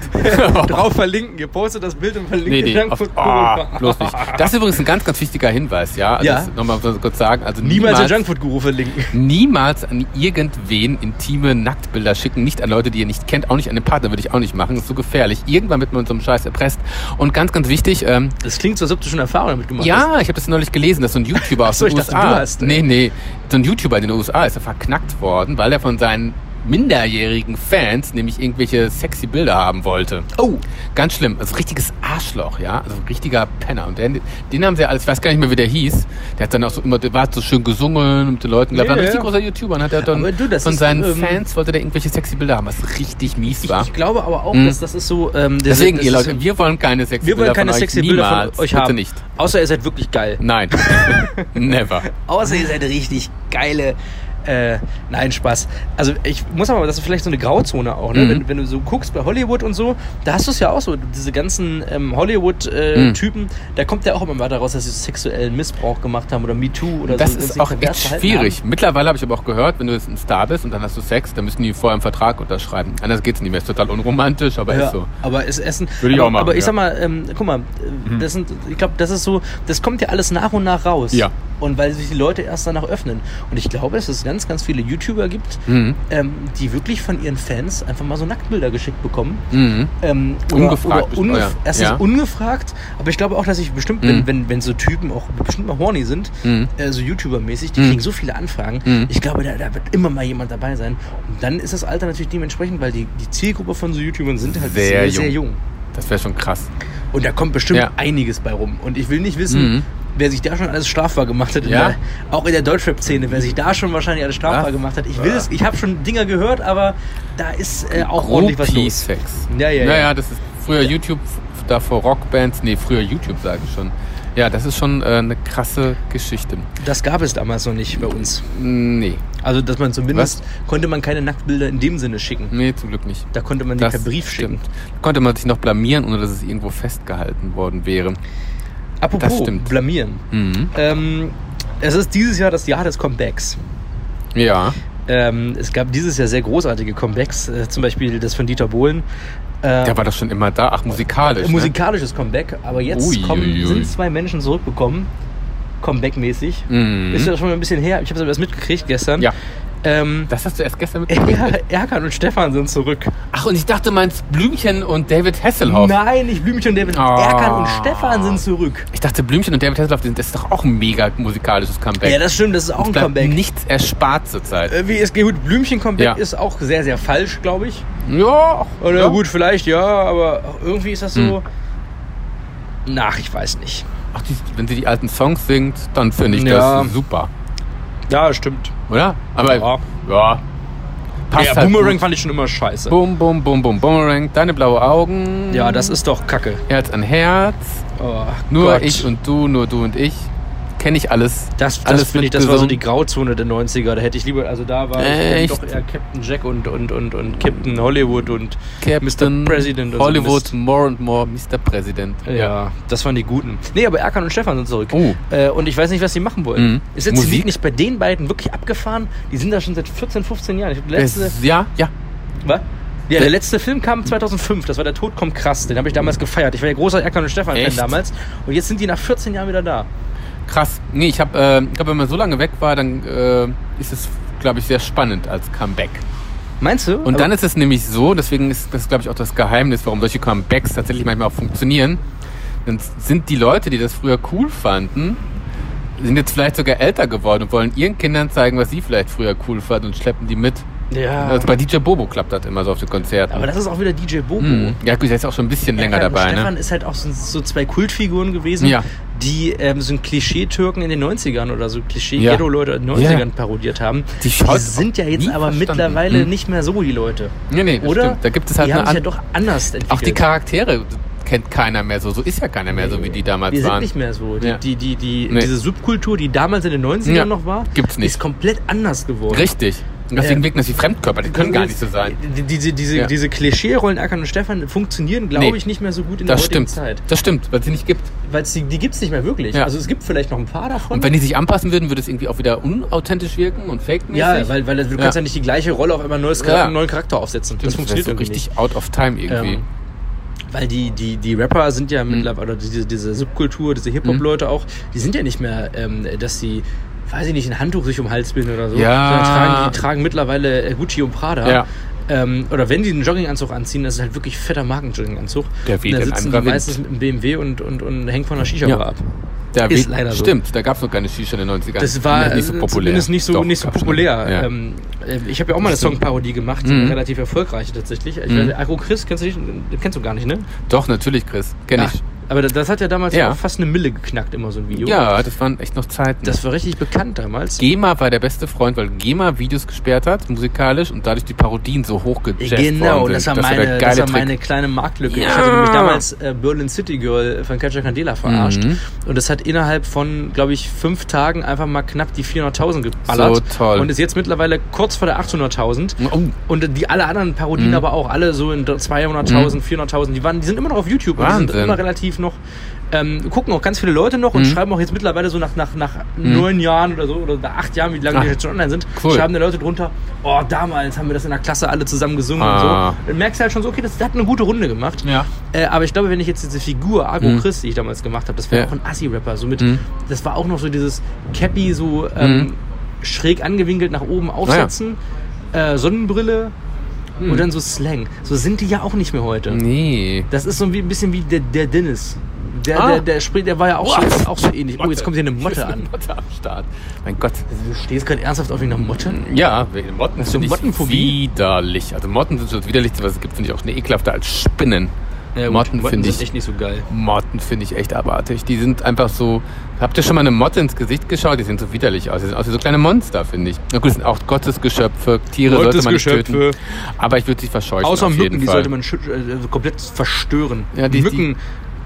Speaker 2: Drauf verlinken. Ihr postet das Bild und verlinkt
Speaker 1: Nee,
Speaker 2: den
Speaker 1: nee, auf, oh,
Speaker 2: Junkfood-Guru.
Speaker 1: bloß nicht. Das ist übrigens ein ganz, ganz wichtiger Hinweis, ja. Also
Speaker 2: Ja.
Speaker 1: das nochmal so kurz sagen. Also
Speaker 2: Niemals den
Speaker 1: niemals,
Speaker 2: Junkfood-Guru verlinken.
Speaker 1: niemals an irgendwen intime Nacktbilder schicken, nicht an Leute, die ihr nicht kennt, auch nicht an den Partner, würde ich auch nicht machen, ist so gefährlich. Irgendwann wird man mit so einem Scheiß erpresst. Und ganz, ganz wichtig, ähm,
Speaker 2: Das klingt so, als ob du schon Erfahrung damit gemacht hast.
Speaker 1: ja, ich habe das neulich gelesen, dass so ein YouTuber aus
Speaker 2: so,
Speaker 1: den
Speaker 2: ich dachte,
Speaker 1: USA,
Speaker 2: du hast, ey.
Speaker 1: nee, nee, so ein YouTuber in den USA ist ja verknackt worden, weil er von seinen minderjährigen Fans nämlich irgendwelche sexy Bilder haben wollte.
Speaker 2: Oh,
Speaker 1: Ganz schlimm. Also richtiges Arschloch, ja. Also ein richtiger Penner. Und den, den haben sie ja alles, ich weiß gar nicht mehr, wie der hieß. Der hat dann auch so immer, der war so schön gesungen mit den Leuten. Ich
Speaker 2: Ja,
Speaker 1: war ein
Speaker 2: ja,
Speaker 1: richtig
Speaker 2: ja.
Speaker 1: großer YouTuber. Und hat er dann
Speaker 2: Aber du, das
Speaker 1: von
Speaker 2: ist,
Speaker 1: seinen
Speaker 2: ähm,
Speaker 1: Fans wollte der irgendwelche sexy Bilder haben, was richtig mies war.
Speaker 2: Ich glaube aber auch,
Speaker 1: Mhm.
Speaker 2: dass das ist so. Ähm, der-
Speaker 1: Deswegen,
Speaker 2: das
Speaker 1: ihr
Speaker 2: ist
Speaker 1: Leute,
Speaker 2: so,
Speaker 1: wir wollen keine sexy
Speaker 2: wir wollen
Speaker 1: Bilder
Speaker 2: keine
Speaker 1: von euch.
Speaker 2: sexy
Speaker 1: Niemals.
Speaker 2: Bilder von euch
Speaker 1: Bitte
Speaker 2: haben.
Speaker 1: nicht.
Speaker 2: Außer ihr seid wirklich geil.
Speaker 1: Nein. Never.
Speaker 2: Außer ihr seid richtig geile. Äh, nein, Spaß. Also ich muss aber, das ist vielleicht so eine Grauzone auch, ne?
Speaker 1: Mhm.
Speaker 2: Wenn, wenn du so guckst bei Hollywood und so, da hast du es ja auch so, diese ganzen ähm,
Speaker 1: Mhm.
Speaker 2: Hollywood-Typen, da kommt ja auch immer weiter raus, dass sie sexuellen Missbrauch gemacht haben oder MeToo oder
Speaker 1: Das
Speaker 2: so. dass
Speaker 1: ist
Speaker 2: sie
Speaker 1: auch
Speaker 2: pervers
Speaker 1: echt
Speaker 2: verhalten
Speaker 1: schwierig. Mittlerweile habe ich aber auch gehört, wenn du jetzt ein Star bist und dann hast du Sex, dann müssen die vorher einen Vertrag unterschreiben. Anders geht's nicht mehr. Ist total unromantisch, aber
Speaker 2: Ja,
Speaker 1: ist so.
Speaker 2: aber ist Essen.
Speaker 1: Würde ich
Speaker 2: aber,
Speaker 1: auch machen,
Speaker 2: Aber ich
Speaker 1: ja. Mhm.
Speaker 2: sag mal, ähm, guck mal, äh, das sind, ich glaube, das ist so, das kommt ja alles nach und nach raus.
Speaker 1: Ja.
Speaker 2: und weil sich die Leute erst danach öffnen. Und ich glaube, dass es ganz, ganz viele YouTuber gibt,
Speaker 1: Mhm.
Speaker 2: ähm, die wirklich von ihren Fans einfach mal so Nacktbilder geschickt bekommen.
Speaker 1: Mhm.
Speaker 2: Ähm,
Speaker 1: Ungefragt
Speaker 2: Oder, oder ungef
Speaker 1: besteuert.
Speaker 2: Erstens
Speaker 1: Ja.
Speaker 2: ungefragt, aber ich glaube auch, dass ich bestimmt,
Speaker 1: Mhm.
Speaker 2: wenn, wenn, wenn so Typen auch bestimmt mal horny sind,
Speaker 1: Mhm.
Speaker 2: äh, so YouTuber-mäßig, die
Speaker 1: Mhm.
Speaker 2: kriegen so viele Anfragen.
Speaker 1: Mhm.
Speaker 2: Ich glaube, da, da wird immer mal jemand dabei sein. Und dann ist das Alter natürlich dementsprechend, weil die, die Zielgruppe von so YouTubern sind halt
Speaker 1: Sehr
Speaker 2: sehr, sehr jung.
Speaker 1: Das wäre schon krass.
Speaker 2: Und da kommt bestimmt
Speaker 1: Ja.
Speaker 2: einiges bei rum. Und ich will nicht wissen,
Speaker 1: Mhm.
Speaker 2: wer sich da schon alles strafbar gemacht hat. In
Speaker 1: Ja.
Speaker 2: der, auch in der Deutschrap-Szene, wer sich da schon wahrscheinlich alles strafbar
Speaker 1: Was?
Speaker 2: gemacht hat. Ich will
Speaker 1: Ah.
Speaker 2: es, ich habe schon Dinger gehört, aber da ist äh, auch ordentlich was los.
Speaker 1: Gruppi-Sex.
Speaker 2: Ja, ja, ja.
Speaker 1: Naja, das ist früher YouTube, f- davor Rockbands, nee, früher YouTube sage ich schon. Ja, das ist schon äh, eine krasse Geschichte.
Speaker 2: Das gab es damals noch nicht bei uns.
Speaker 1: Nee,
Speaker 2: Also, dass man zumindest konnte man keine Nacktbilder in dem Sinne schicken.
Speaker 1: nee, zum Glück nicht.
Speaker 2: Da konnte man den per Brief schicken.
Speaker 1: stimmt. Konnte man sich noch blamieren, ohne dass es irgendwo festgehalten worden wäre.
Speaker 2: Apropos
Speaker 1: Das stimmt.
Speaker 2: blamieren.
Speaker 1: Mhm.
Speaker 2: Ähm, es ist dieses Jahr das Jahr des Comebacks.
Speaker 1: Ja.
Speaker 2: Ähm, es gab dieses Jahr sehr großartige Comebacks, äh, zum Beispiel das von Dieter Bohlen. Äh,
Speaker 1: Der war doch schon immer da. Ach, musikalisch.
Speaker 2: Ein musikalisches Comeback, aber jetzt
Speaker 1: ne? Ui,
Speaker 2: kommen,
Speaker 1: ui, ui.
Speaker 2: sind zwei Menschen zurückgekommen, Comeback-mäßig.
Speaker 1: Ne? Mhm.
Speaker 2: Ist ja schon ein bisschen her, ich habe es aber erst mitgekriegt gestern.
Speaker 1: ja,
Speaker 2: Ähm,
Speaker 1: das hast du erst gestern mitgekriegt.
Speaker 2: ja, Erkan und Stefan sind zurück.
Speaker 1: Ach, und ich dachte, meins Blümchen und David Hasselhoff.
Speaker 2: Nein, ich Blümchen und David.
Speaker 1: Ah.
Speaker 2: Erkan und Stefan sind zurück.
Speaker 1: Ich dachte, Blümchen und David Hasselhoff, das ist doch auch ein mega musikalisches Comeback.
Speaker 2: Ja, das stimmt, das ist auch
Speaker 1: Uns
Speaker 2: ein
Speaker 1: bleibt
Speaker 2: Comeback.
Speaker 1: nichts erspart zurzeit.
Speaker 2: Äh, Wie es geht, gut, Blümchen-Comeback
Speaker 1: Ja.
Speaker 2: ist auch sehr, sehr falsch, glaube ich.
Speaker 1: Ja,
Speaker 2: Oder
Speaker 1: ja.
Speaker 2: gut, vielleicht ja, aber irgendwie ist das so.
Speaker 1: Hm.
Speaker 2: Nach, ich weiß nicht.
Speaker 1: Ach, die, wenn sie die alten Songs singt, dann finde ich
Speaker 2: Ja.
Speaker 1: das super,
Speaker 2: Ja, stimmt.
Speaker 1: oder? Aber
Speaker 2: Ja.
Speaker 1: ja, passt
Speaker 2: ja,
Speaker 1: halt
Speaker 2: Boomerang
Speaker 1: gut.
Speaker 2: fand ich schon immer scheiße.
Speaker 1: Bum, bum, bum, bum, Boomerang, deine blaue Augen.
Speaker 2: Ja, das ist doch kacke.
Speaker 1: Herz an Herz.
Speaker 2: Oh,
Speaker 1: Nur
Speaker 2: Gott.
Speaker 1: ich und du, nur du und ich. Kenne ich alles.
Speaker 2: Das, das
Speaker 1: Alles
Speaker 2: finde ich,
Speaker 1: mit
Speaker 2: das war so
Speaker 1: gesungen.
Speaker 2: die Grauzone der 90er. Da hätte ich lieber, also da war ich
Speaker 1: Echt?
Speaker 2: dann doch eher Captain Jack und, und, und, und Captain Hollywood und
Speaker 1: Captain
Speaker 2: Mr. President und so
Speaker 1: Hollywood,
Speaker 2: Mist.
Speaker 1: more and more, Mr. President.
Speaker 2: Ja, das waren die guten. Nee, aber Erkan und Stefan sind zurück.
Speaker 1: Oh.
Speaker 2: Äh, und ich weiß nicht, was sie machen wollen.
Speaker 1: Mhm.
Speaker 2: Ist jetzt die
Speaker 1: Musik?
Speaker 2: Musik nicht bei den beiden wirklich abgefahren? Die sind da schon seit 14, 15 Jahren. Ich hab
Speaker 1: Das-
Speaker 2: letzte,
Speaker 1: ja, ja.
Speaker 2: was? Ja,
Speaker 1: Äh.
Speaker 2: der letzte Film kam 2005, das war Der Tod kommt krass, den habe ich damals gefeiert. Ich war ja großer Erkan und Stefan-Fan
Speaker 1: Echt?
Speaker 2: damals. Und jetzt sind die nach 14 Jahren wieder da.
Speaker 1: Krass. Nee, ich habe, äh, ich glaube, wenn man so lange weg war, dann äh, ist es, glaube ich, sehr spannend als Comeback.
Speaker 2: Meinst du?
Speaker 1: Und dann ist es nämlich so, deswegen ist das, glaube ich, auch das Geheimnis, warum solche Comebacks tatsächlich manchmal auch funktionieren. Dann sind die Leute, die das früher cool fanden, sind jetzt vielleicht sogar älter geworden und wollen ihren Kindern zeigen, was sie vielleicht früher cool fanden und schleppen die mit.
Speaker 2: Ja.
Speaker 1: Also bei DJ Bobo klappt das immer so auf den Konzerten.
Speaker 2: Aber das ist auch wieder DJ Bobo.
Speaker 1: Mhm. Ja, gut, der ist auch schon ein bisschen länger
Speaker 2: Erkan und
Speaker 1: dabei,
Speaker 2: Stefan
Speaker 1: ne?
Speaker 2: ist halt auch so, so zwei Kultfiguren gewesen,
Speaker 1: Ja.
Speaker 2: die ähm, so ein Klischee-Türken in den 90ern oder so
Speaker 1: Ja.
Speaker 2: Klischee-Ghetto-Leute in den 90ern parodiert haben.
Speaker 1: Die ich
Speaker 2: die
Speaker 1: heute
Speaker 2: sind ja
Speaker 1: auch
Speaker 2: jetzt
Speaker 1: nie
Speaker 2: aber
Speaker 1: verstanden.
Speaker 2: mittlerweile
Speaker 1: Mhm.
Speaker 2: nicht mehr so die Leute.
Speaker 1: Nee, nee, das
Speaker 2: Oder?
Speaker 1: stimmt. Da gibt es halt
Speaker 2: die
Speaker 1: eine
Speaker 2: haben sich ja
Speaker 1: an-
Speaker 2: doch anders entwickelt.
Speaker 1: Auch die Charaktere kennt keiner mehr so. So ist ja keiner mehr so, wie die damals
Speaker 2: die sind
Speaker 1: waren.
Speaker 2: nicht mehr so. Die,
Speaker 1: Ja.
Speaker 2: die, die, die,
Speaker 1: Nee.
Speaker 2: Diese Subkultur, die damals in den 90ern
Speaker 1: Ja.
Speaker 2: noch war,
Speaker 1: Gibt's nicht.
Speaker 2: ist komplett anders geworden.
Speaker 1: Richtig. Und deswegen wirken das wie Fremdkörper. Die können gar nicht so sein.
Speaker 2: Die- Diese, diese,
Speaker 1: Ja.
Speaker 2: diese Klischee-Rollen Erkan und Stefan funktionieren, glaube
Speaker 1: Nee.
Speaker 2: ich, nicht mehr so gut in
Speaker 1: Das
Speaker 2: der heutigen
Speaker 1: stimmt.
Speaker 2: Zeit.
Speaker 1: Das stimmt, weil es sie nicht gibt.
Speaker 2: Weil es die, die gibt es nicht mehr wirklich.
Speaker 1: Ja.
Speaker 2: Also es gibt vielleicht noch ein paar davon.
Speaker 1: Und wenn die sich anpassen würden, würde es irgendwie auch wieder unauthentisch wirken und fake-mäßig.
Speaker 2: ja, weil, weil du kannst ja nicht die gleiche Rolle auf einmal einen neues Charakter,
Speaker 1: Ja.
Speaker 2: einen neuen Charakter aufsetzen. Das,
Speaker 1: das
Speaker 2: funktioniert
Speaker 1: funktioniert so
Speaker 2: irgendwie
Speaker 1: richtig out of time irgendwie.
Speaker 2: Ähm, Weil die, die, die Rapper sind
Speaker 1: Mhm.
Speaker 2: ja mittlerweile, oder diese, diese Subkultur, diese Hip-Hop-Leute auch, die sind ja nicht mehr, ähm, dass sie, weiß ich nicht, ein Handtuch sich um den Hals binden oder so.
Speaker 1: Ja.
Speaker 2: Sondern Tragen, die tragen mittlerweile äh, Gucci und Prada.
Speaker 1: Ja.
Speaker 2: Ähm, oder wenn die einen Jogginganzug anziehen, das ist halt wirklich fetter Markenjogginganzug.
Speaker 1: Der weht
Speaker 2: und
Speaker 1: in
Speaker 2: da sitzen
Speaker 1: anderer
Speaker 2: die
Speaker 1: Wind.
Speaker 2: meistens mit einem BMW und, und, und hängen von einer Shisha
Speaker 1: Ja.
Speaker 2: ab.
Speaker 1: da
Speaker 2: ist
Speaker 1: wird-
Speaker 2: leider so.
Speaker 1: Stimmt, da gab es noch keine Shisha in den 90ern.
Speaker 2: Das war
Speaker 1: Ja, nicht so
Speaker 2: äh,
Speaker 1: populär.
Speaker 2: zumindest nicht so,
Speaker 1: Doch,
Speaker 2: nicht so
Speaker 1: gab's schon.
Speaker 2: populär.
Speaker 1: Ja.
Speaker 2: Ähm, äh, ich habe ja auch mal eine
Speaker 1: Stimmt.
Speaker 2: Songparodie gemacht, die
Speaker 1: Mhm.
Speaker 2: relativ erfolgreich tatsächlich. Ich
Speaker 1: Mhm.
Speaker 2: weiß, Agro Chris kennst du, nicht, kennst du gar nicht, ne?
Speaker 1: Doch, natürlich, Chris. Kenn ich.
Speaker 2: Ach, aber das, das hat ja damals
Speaker 1: Ja.
Speaker 2: auch fast eine Mille geknackt, immer so ein Video.
Speaker 1: Ja, das waren echt noch Zeiten.
Speaker 2: Das war richtig bekannt damals.
Speaker 1: GEMA war der beste Freund, weil GEMA Videos gesperrt hat, musikalisch, und dadurch die Parodien so hochgejazzt
Speaker 2: Genau,
Speaker 1: worden sind.
Speaker 2: das war,
Speaker 1: der
Speaker 2: meine, das
Speaker 1: geile
Speaker 2: war
Speaker 1: Trick.
Speaker 2: meine kleine Marktlücke. Ich
Speaker 1: Ja.
Speaker 2: hatte nämlich damals äh, Berlin City Girl von Katja Candela verarscht.
Speaker 1: Mhm.
Speaker 2: Und das hat innerhalb von, glaube ich, fünf Tagen einfach mal knapp die 400.000 geballert.
Speaker 1: So toll.
Speaker 2: Und ist jetzt mittlerweile kurz vor der 800.000.
Speaker 1: Oh,
Speaker 2: Und die alle
Speaker 1: Mhm.
Speaker 2: anderen Parodien aber auch, alle so in 200.000, 400.000, die, waren, die sind immer noch auf YouTube und die sind
Speaker 1: Wahnsinn.
Speaker 2: immer relativ aktiv noch. Ähm, gucken auch ganz viele Leute noch und
Speaker 1: Mhm.
Speaker 2: schreiben auch jetzt mittlerweile so nach, nach, nach neun Jahren oder so oder nach acht Jahren, wie lange
Speaker 1: Ah.
Speaker 2: die jetzt schon online sind,
Speaker 1: Cool.
Speaker 2: schreiben da Leute drunter, oh, damals haben wir das in der Klasse alle zusammen gesungen
Speaker 1: Ah.
Speaker 2: und so. Dann merkst du halt schon so, okay, das, das hat eine gute Runde gemacht.
Speaker 1: Ja.
Speaker 2: Äh, aber ich glaube, wenn ich jetzt diese Figur Argo Chris, die ich damals gemacht habe, das wäre
Speaker 1: Ja.
Speaker 2: auch ein Assi-Rapper. Somit,
Speaker 1: Mhm.
Speaker 2: das war auch noch so dieses Cappy so ähm,
Speaker 1: Mhm.
Speaker 2: schräg angewinkelt nach oben aufsetzen, äh, Sonnenbrille und dann so Slang. So sind die ja auch nicht mehr heute.
Speaker 1: Mhm. Nee.
Speaker 2: Das ist so wie, ein bisschen wie der, der Dennis. Der,
Speaker 1: Ah.
Speaker 2: der, der, spricht, der war ja auch so,
Speaker 1: Boah.
Speaker 2: auch so ähnlich. Oh, jetzt kommt hier eine Motte an.
Speaker 1: Motte am Start. Mein Gott.
Speaker 2: Du stehst gerade ernsthaft auf irgendeiner Motte?
Speaker 1: Ja, wegen Motten
Speaker 2: Hast du
Speaker 1: finde ich
Speaker 2: Mottenphobie?
Speaker 1: widerlich. Also Motten sind so das Widerlichste, was es gibt, finde ich auch ne, ekelhafter als Spinnen.
Speaker 2: Ja, gut,
Speaker 1: Motten finde
Speaker 2: sind
Speaker 1: ich
Speaker 2: echt nicht so geil.
Speaker 1: Motten finde ich echt abartig. Die sind einfach so. Habt ihr schon mal eine Motte ins Gesicht geschaut? Die sehen so widerlich aus. Die sehen aus wie so kleine Monster, finde ich. Na gut, das sind auch Gottesgeschöpfe. Tiere sollte man nicht töten.
Speaker 2: Gottesgeschöpfe.
Speaker 1: Aber ich würde sie verscheuchen.
Speaker 2: Außer
Speaker 1: auf
Speaker 2: Mücken,
Speaker 1: jeden
Speaker 2: die
Speaker 1: Fall.
Speaker 2: sollte man schü- äh, komplett verstören.
Speaker 1: Ja, die-
Speaker 2: Mücken,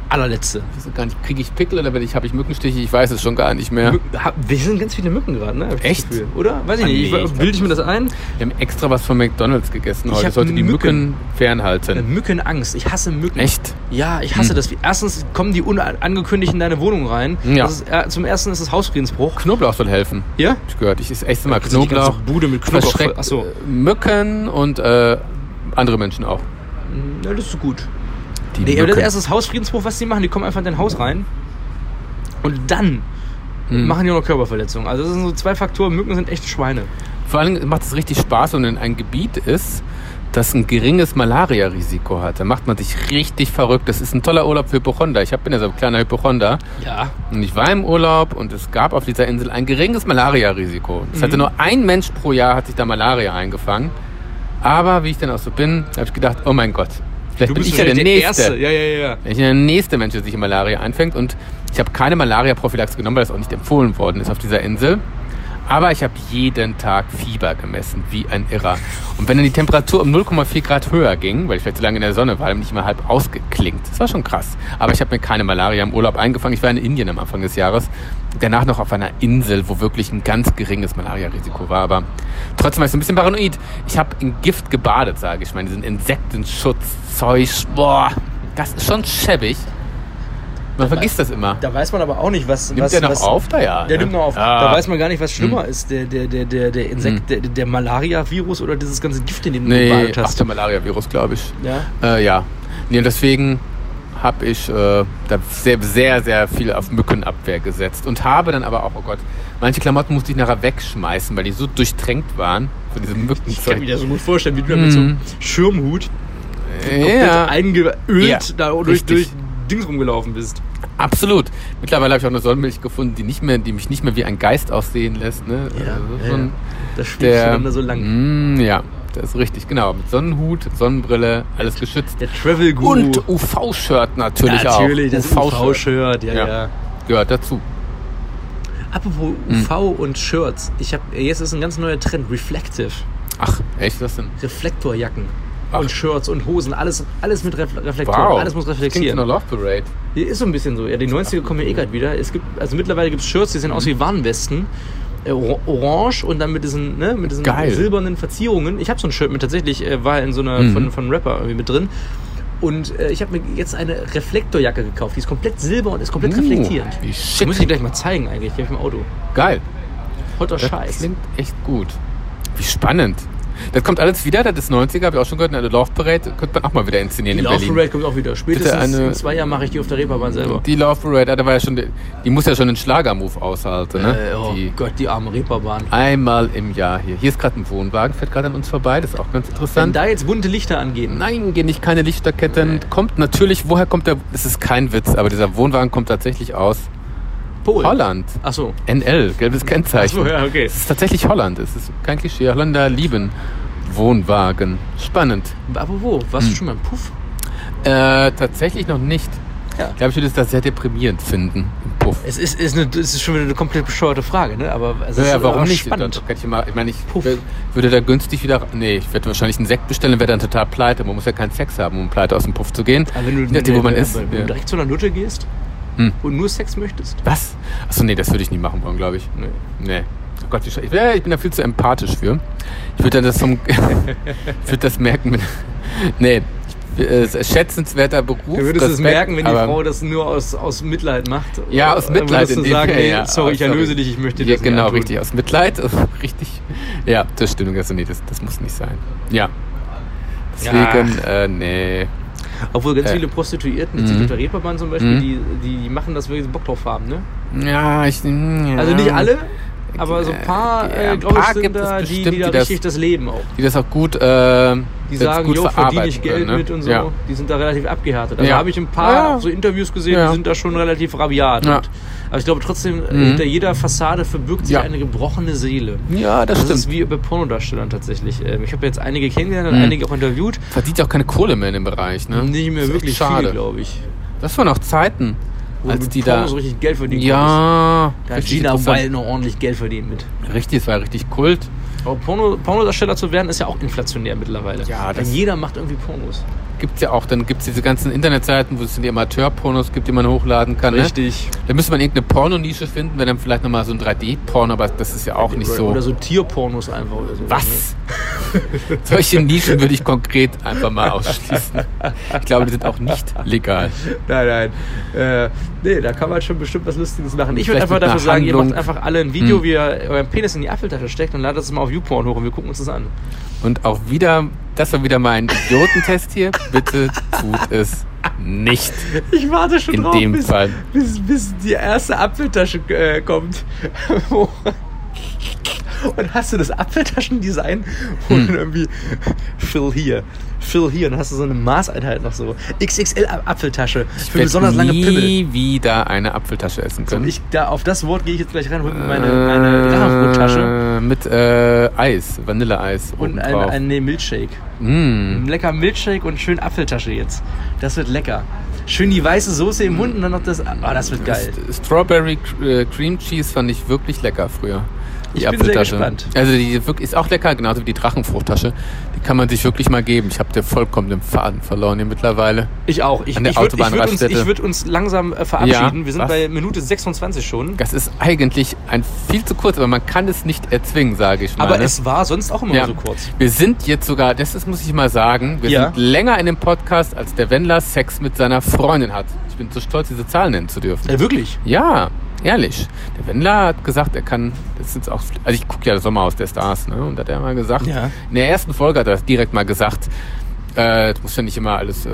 Speaker 2: allerletzte.
Speaker 1: Wieso gar nicht? Kriege ich Pickel oder bin ich, habe ich Mückenstiche? Ich weiß es schon gar nicht mehr.
Speaker 2: Mücken, ha- wir sind ganz viele Mücken gerade, ne? Hab ich das
Speaker 1: Echt?
Speaker 2: Gefühl. Oder? Weiß ich
Speaker 1: Ah,
Speaker 2: nicht.
Speaker 1: nee,
Speaker 2: ich,
Speaker 1: ich
Speaker 2: bilde ich mir das ein?
Speaker 1: Wir haben extra was von McDonalds gegessen
Speaker 2: Ich
Speaker 1: heute.
Speaker 2: hab
Speaker 1: Ich sollte die
Speaker 2: Mücken. Äh,
Speaker 1: Mücken fernhalten.
Speaker 2: Mückenangst. Ich hasse Mücken.
Speaker 1: Echt?
Speaker 2: Ja, ich hasse das. Erstens kommen die unangekündigt in deine Wohnung rein.
Speaker 1: Ja.
Speaker 2: Das ist, äh, zum ersten ist es Hausfriedensbruch.
Speaker 1: Knoblauch soll helfen.
Speaker 2: Ja?
Speaker 1: Ich gehört. Ich esse echt immer
Speaker 2: Also die ganze
Speaker 1: Knoblauch.
Speaker 2: Bude mit Knoblauch. voll-
Speaker 1: Verschreckt
Speaker 2: Ach so.
Speaker 1: Mücken und äh, andere Menschen auch.
Speaker 2: Na, das ist so gut.
Speaker 1: Die
Speaker 2: Nee, aber das
Speaker 1: Mücken.
Speaker 2: erste ist Hausfriedensbruch, was die machen. Die kommen einfach in dein Haus rein. Und dann machen die auch noch Körperverletzungen. Also, das sind so zwei Faktoren. Mücken sind echt Schweine.
Speaker 1: Vor allem macht es richtig Spaß, wenn man in ein Gebiet ist, das ein geringes Malaria-Risiko hat. Da macht man sich richtig verrückt. Das ist ein toller Urlaub für Hypochonder. Ich hab- bin ja so ein kleiner Hypochonder.
Speaker 2: Ja.
Speaker 1: Und ich war im Urlaub und es gab auf dieser Insel ein geringes Malaria-Risiko. Es hatte nur ein Mensch pro Jahr hat sich da Malaria eingefangen. Aber wie ich dann auch so bin, habe ich gedacht, oh mein Gott, vielleicht bin ich ja der,
Speaker 2: vielleicht
Speaker 1: Nächste.
Speaker 2: Erste. Ja, ja, ja.
Speaker 1: Wenn ich bin der nächste Mensch, der sich in Malaria einfängt. Und ich habe keine Malaria-Prophylaxe genommen, weil das auch nicht empfohlen worden ist auf dieser Insel. Aber ich habe jeden Tag Fieber gemessen, wie ein Irrer. Und wenn dann die Temperatur um 0,4 Grad höher ging, weil ich vielleicht zu lange in der Sonne war, dann bin ich immer halb ausgeklinkt. Das war schon krass. Aber ich habe mir keine Malaria im Urlaub eingefangen. Ich war in Indien am Anfang des Jahres. Danach noch auf einer Insel, wo wirklich ein ganz geringes Malaria-Risiko war. Aber trotzdem war ich so ein bisschen paranoid. Ich habe in Gift gebadet, sage ich mal. Diesen Insektenschutz, Zeug, boah. Das ist schon schäbig. Man vergisst das immer.
Speaker 2: Da weiß man aber auch nicht, was.
Speaker 1: Nimmt
Speaker 2: was,
Speaker 1: der noch
Speaker 2: was,
Speaker 1: auf? Da ja.
Speaker 2: Der
Speaker 1: ne?
Speaker 2: nimmt noch auf.
Speaker 1: Ah. Hm.
Speaker 2: Da weiß man gar nicht, was schlimmer ist. Der, der, der, der, der Insekt, der, der Malaria-Virus oder dieses ganze Gift, in dem du
Speaker 1: Nee,
Speaker 2: gebadet
Speaker 1: ach,
Speaker 2: hast.
Speaker 1: der Malaria-Virus, glaube ich.
Speaker 2: Ja.
Speaker 1: Äh, ja. Nee, und deswegen habe ich äh, da sehr, sehr, sehr viel auf Mückenabwehr gesetzt und habe dann aber auch, oh Gott, manche Klamotten musste ich nachher wegschmeißen, weil die so durchtränkt waren von diesem
Speaker 2: Ich kann
Speaker 1: Mückenzeug.
Speaker 2: mir das so gut vorstellen, wie du da mit so einem Schirmhut
Speaker 1: Hm. Ja,
Speaker 2: eingeölt
Speaker 1: Ja,
Speaker 2: da durch, durch
Speaker 1: richtig.
Speaker 2: Dings rumgelaufen bist.
Speaker 1: absolut. Mittlerweile habe ich auch eine Sonnenmilch gefunden, die, nicht mehr, die mich nicht mehr wie ein Geist aussehen lässt. Ne? Also so ein-
Speaker 2: Das spielt
Speaker 1: der,
Speaker 2: schon immer so lang.
Speaker 1: Mm, ja, das ist richtig, genau. Mit Sonnenhut, Sonnenbrille, alles geschützt.
Speaker 2: Der Travel Guru.
Speaker 1: Und UV-Shirt natürlich, auch.
Speaker 2: Natürlich, das
Speaker 1: UV-Shirt
Speaker 2: UV-Shirt, ja, ja.
Speaker 1: Ja. Hm. gehört dazu.
Speaker 2: Apropos UV und Shirts. Ich hab, jetzt ist ein ganz neuer Trend, Reflective.
Speaker 1: Ach, echt das denn?
Speaker 2: Reflektorjacken.
Speaker 1: Ach.
Speaker 2: Und Shirts und Hosen, alles, alles mit Refle- Reflektoren,
Speaker 1: Wow.
Speaker 2: alles muss
Speaker 1: Klingt in der
Speaker 2: reflektieren.
Speaker 1: Love Parade.
Speaker 2: Hier ist so ein bisschen so. Ja, die 90er kommen ja eh gerade wieder. Es gibt, also mittlerweile gibt es Shirts, die sehen aus wie Warnwesten. Äh, or- orange und dann mit diesen, ne, mit diesen
Speaker 1: Geil.
Speaker 2: silbernen Verzierungen. Ich habe so ein Shirt mit tatsächlich, äh, war in so einer
Speaker 1: Mhm.
Speaker 2: von, von Rapper irgendwie mit drin. Und äh, ich habe mir jetzt eine Reflektorjacke gekauft. Die ist komplett silber und ist komplett
Speaker 1: Uh,
Speaker 2: reflektierend.
Speaker 1: wie
Speaker 2: Die
Speaker 1: schick.
Speaker 2: muss ich dir gleich mal zeigen eigentlich. Die habe ich im Auto.
Speaker 1: Geil.
Speaker 2: Hotter
Speaker 1: Das
Speaker 2: Scheiß.
Speaker 1: klingt echt gut. Wie spannend. Das kommt alles wieder, das ist 90er, habe ich auch schon gehört, eine Love Parade könnte man auch mal wieder inszenieren
Speaker 2: Die
Speaker 1: in
Speaker 2: Love
Speaker 1: Berlin.
Speaker 2: Parade kommt auch wieder. Spätestens
Speaker 1: eine-
Speaker 2: in zwei Jahren mache ich die auf der Reeperbahn selber.
Speaker 1: Die Love Parade, ah, da war ja schon, die, die muss ja schon einen Schlagermove aushalten, ne?
Speaker 2: Äh, oh
Speaker 1: die,
Speaker 2: Gott, die arme Reeperbahn.
Speaker 1: einmal im Jahr hier. Hier ist gerade ein Wohnwagen, fährt gerade an uns vorbei, das ist auch ganz
Speaker 2: Wenn
Speaker 1: interessant.
Speaker 2: da jetzt bunte Lichter angehen,
Speaker 1: Nein, gehen nicht keine Lichterketten. Kommt natürlich, woher kommt der? Das ist kein Witz, aber dieser Wohnwagen kommt tatsächlich aus
Speaker 2: Polen.
Speaker 1: Holland.
Speaker 2: Ach so.
Speaker 1: NL, gelbes Kennzeichen.
Speaker 2: Ach so, ja, okay.
Speaker 1: Es ist tatsächlich Holland, es ist kein Klischee. Holländer lieben Wohnwagen. Spannend.
Speaker 2: Aber wo? Warst
Speaker 1: Hm.
Speaker 2: du schon mal im Puff?
Speaker 1: Äh, tatsächlich noch nicht.
Speaker 2: Ja.
Speaker 1: Ich glaube, ich würde es da sehr deprimierend finden. im Puff.
Speaker 2: Es ist, ist, eine, es ist schon wieder eine komplett bescheuerte Frage, ne? Aber es ist
Speaker 1: Naja, Äh, warum
Speaker 2: aber
Speaker 1: nicht? Dann
Speaker 2: spannend.
Speaker 1: könnte ich, mal, ich meine, ich
Speaker 2: Puff.
Speaker 1: wär- würde da günstig wieder. Nee, ich werde wahrscheinlich einen Sekt bestellen und wäre dann total pleite. Man muss ja keinen Sex haben, um pleite aus dem Puff zu gehen.
Speaker 2: Aber wenn du,
Speaker 1: Je nachdem, wo man
Speaker 2: wenn,
Speaker 1: ist.
Speaker 2: wenn du
Speaker 1: Ja.
Speaker 2: direkt zu einer Nutte gehst
Speaker 1: Hm.
Speaker 2: und nur Sex möchtest.
Speaker 1: Was? Achso, nee, das würde ich nie machen wollen, glaube ich.
Speaker 2: Nee.
Speaker 1: Nee. Oh Gott, wie scha- ich, ja, ich bin da viel zu empathisch für. Ich würde dann das vom. ich würde das merken. Wenn, nee, ich äh, schätzenswerter Beruf.
Speaker 2: Du würdest es
Speaker 1: Respekt,
Speaker 2: merken, wenn die
Speaker 1: aber-
Speaker 2: Frau das nur aus, aus Mitleid macht.
Speaker 1: Ja, aus Mitleid
Speaker 2: Dann
Speaker 1: in
Speaker 2: würdest
Speaker 1: dem
Speaker 2: du sagen,
Speaker 1: Fall,
Speaker 2: nee,
Speaker 1: ja.
Speaker 2: sorry, ich
Speaker 1: Sorry.
Speaker 2: erlöse dich, ich möchte dir
Speaker 1: Ja,
Speaker 2: das nicht
Speaker 1: genau,
Speaker 2: antun.
Speaker 1: richtig. Aus Mitleid, richtig. Ja, das stimmt, ganz nee, das, das muss nicht sein. Ja. Deswegen, äh, nee.
Speaker 2: Obwohl ganz
Speaker 1: Äh.
Speaker 2: viele Prostituierten, jetzt
Speaker 1: Mhm.
Speaker 2: sind auf der Reeperbahn zum Beispiel,
Speaker 1: Mhm.
Speaker 2: die, die machen das, weil sie Bock drauf haben, ne?
Speaker 1: Ja, ich. mm, Ja.
Speaker 2: Also nicht alle, aber so ein
Speaker 1: Äh,
Speaker 2: paar,
Speaker 1: ja,
Speaker 2: äh,
Speaker 1: ein
Speaker 2: glaube ich,
Speaker 1: paar
Speaker 2: sind
Speaker 1: gibt es
Speaker 2: da, die, die
Speaker 1: bestimmt,
Speaker 2: da
Speaker 1: die das-
Speaker 2: richtig das Leben auch.
Speaker 1: Die das auch gut. Äh,
Speaker 2: Die sagen,
Speaker 1: gut
Speaker 2: jo, verdiene ich
Speaker 1: verarbeiten
Speaker 2: Geld
Speaker 1: können, ne?
Speaker 2: mit und so.
Speaker 1: Ja.
Speaker 2: Die sind da relativ abgehärtet. Also
Speaker 1: Ja.
Speaker 2: habe ich ein paar
Speaker 1: Ja.
Speaker 2: so Interviews gesehen,
Speaker 1: Ja.
Speaker 2: die sind da schon relativ rabiat.
Speaker 1: Ja.
Speaker 2: Und, aber ich glaube trotzdem, äh,
Speaker 1: Mhm.
Speaker 2: hinter jeder Fassade verbirgt sich
Speaker 1: Ja.
Speaker 2: eine gebrochene Seele.
Speaker 1: ja, das,
Speaker 2: Das
Speaker 1: stimmt.
Speaker 2: ist wie bei Pornodarstellern tatsächlich. Ähm, Ich habe jetzt einige kennengelernt und
Speaker 1: Mhm.
Speaker 2: einige auch interviewt.
Speaker 1: Verdient ja auch keine Kohle mehr in dem Bereich, ne?
Speaker 2: Nicht mehr
Speaker 1: Ist echt
Speaker 2: wirklich
Speaker 1: schade.
Speaker 2: viel, glaube ich.
Speaker 1: Das waren auch Zeiten,
Speaker 2: Wo
Speaker 1: als
Speaker 2: mit
Speaker 1: die da.
Speaker 2: Pornos so richtig Geld verdient konntest.
Speaker 1: ja,
Speaker 2: Da hat
Speaker 1: richtig
Speaker 2: Gina
Speaker 1: interessant.
Speaker 2: Wild noch ordentlich Geld verdient mit.
Speaker 1: Richtig, es war richtig Kult.
Speaker 2: Aber Porno, Pornodarsteller zu werden, ist ja auch inflationär mittlerweile.
Speaker 1: Ja,
Speaker 2: Denn
Speaker 1: das-
Speaker 2: jeder macht irgendwie Pornos.
Speaker 1: Gibt's ja auch, dann gibt's diese ganzen Internetseiten, wo es dann die Amateurpornos gibt, die man hochladen kann. Ne?
Speaker 2: Richtig.
Speaker 1: Da müsste man irgendeine Pornonische finden, wenn dann vielleicht nochmal so ein 3D-Porno, aber das ist ja auch nicht so.
Speaker 2: Oder so Tierpornos einfach oder so.
Speaker 1: Was? Solche Nischen würde ich konkret einfach mal ausschließen. Ich glaube, die sind auch nicht legal.
Speaker 2: Nein, nein. Äh, nee, da kann man schon bestimmt was Lustiges machen. Ich würde
Speaker 1: Vielleicht
Speaker 2: einfach
Speaker 1: mit
Speaker 2: dafür
Speaker 1: einer
Speaker 2: sagen, ihr macht
Speaker 1: Handlung.
Speaker 2: einfach alle ein Video,
Speaker 1: Hm.
Speaker 2: wie ihr euren Penis in die Apfeltasche steckt und ladet es mal auf YouPorn hoch und wir gucken uns das an.
Speaker 1: Und auch wieder, das war wieder mein Idiotentest hier. Bitte tut es nicht.
Speaker 2: Ich warte schon
Speaker 1: In dem Fall.
Speaker 2: bis, bis die erste Apfeltasche äh, kommt. und hast du das Apfeltaschendesign wo
Speaker 1: Hm.
Speaker 2: dann irgendwie Phil hier, Phil hier und hast du so eine Maßeinheit noch so. XXL Apfeltasche für
Speaker 1: werd
Speaker 2: besonders lange
Speaker 1: nie
Speaker 2: Pimmel.
Speaker 1: wieder eine Apfeltasche essen
Speaker 2: Und
Speaker 1: können.
Speaker 2: ich, da, auf das Wort gehe ich jetzt gleich rein, hol mir meine, meine Drachenbrottasche
Speaker 1: Äh, Mit äh, Eis, Vanilleeis.
Speaker 2: und ein,
Speaker 1: obendrauf.
Speaker 2: ein nee, Milchshake.
Speaker 1: Mm.
Speaker 2: Ein lecker Milchshake und schön Apfeltasche jetzt. Das wird lecker. Schön die weiße Soße im Mund und dann noch das. Ah, das wird geil.
Speaker 1: St- Strawberry äh, Cream Cheese fand ich wirklich lecker früher.
Speaker 2: Ich bin sehr gespannt.
Speaker 1: Also die wirk- ist auch lecker, genauso wie die Drachenfruchttasche. Die kann man sich wirklich mal geben. Ich habe dir vollkommen den Faden verloren hier mittlerweile.
Speaker 2: Ich auch. Ich,
Speaker 1: An der
Speaker 2: ich würde würd uns,
Speaker 1: Autobahnraststätte.
Speaker 2: ich würd uns langsam äh, verabschieden.
Speaker 1: Ja,
Speaker 2: Wir sind
Speaker 1: was?
Speaker 2: bei Minute 26 schon.
Speaker 1: Das ist eigentlich ein viel zu kurz, aber man kann es nicht erzwingen, sage ich mal.
Speaker 2: Aber
Speaker 1: ne?
Speaker 2: es war sonst auch immer
Speaker 1: Ja.
Speaker 2: so kurz.
Speaker 1: Wir sind jetzt sogar, das ist, muss ich mal sagen, wir
Speaker 2: Ja.
Speaker 1: sind länger in dem Podcast, als der Wendler Sex mit seiner Freundin hat. Ich bin so stolz, diese Zahlen nennen zu dürfen.
Speaker 2: Ja, Äh, wirklich.
Speaker 1: Ja, ehrlich. Der Wendler hat gesagt, er kann, das ist jetzt auch, also ich gucke ja das Sommerhaus der Stars, ne? Und da hat er mal gesagt,
Speaker 2: Ja.
Speaker 1: in der ersten Folge hat er das direkt mal gesagt, äh, das muss ja nicht immer alles, äh,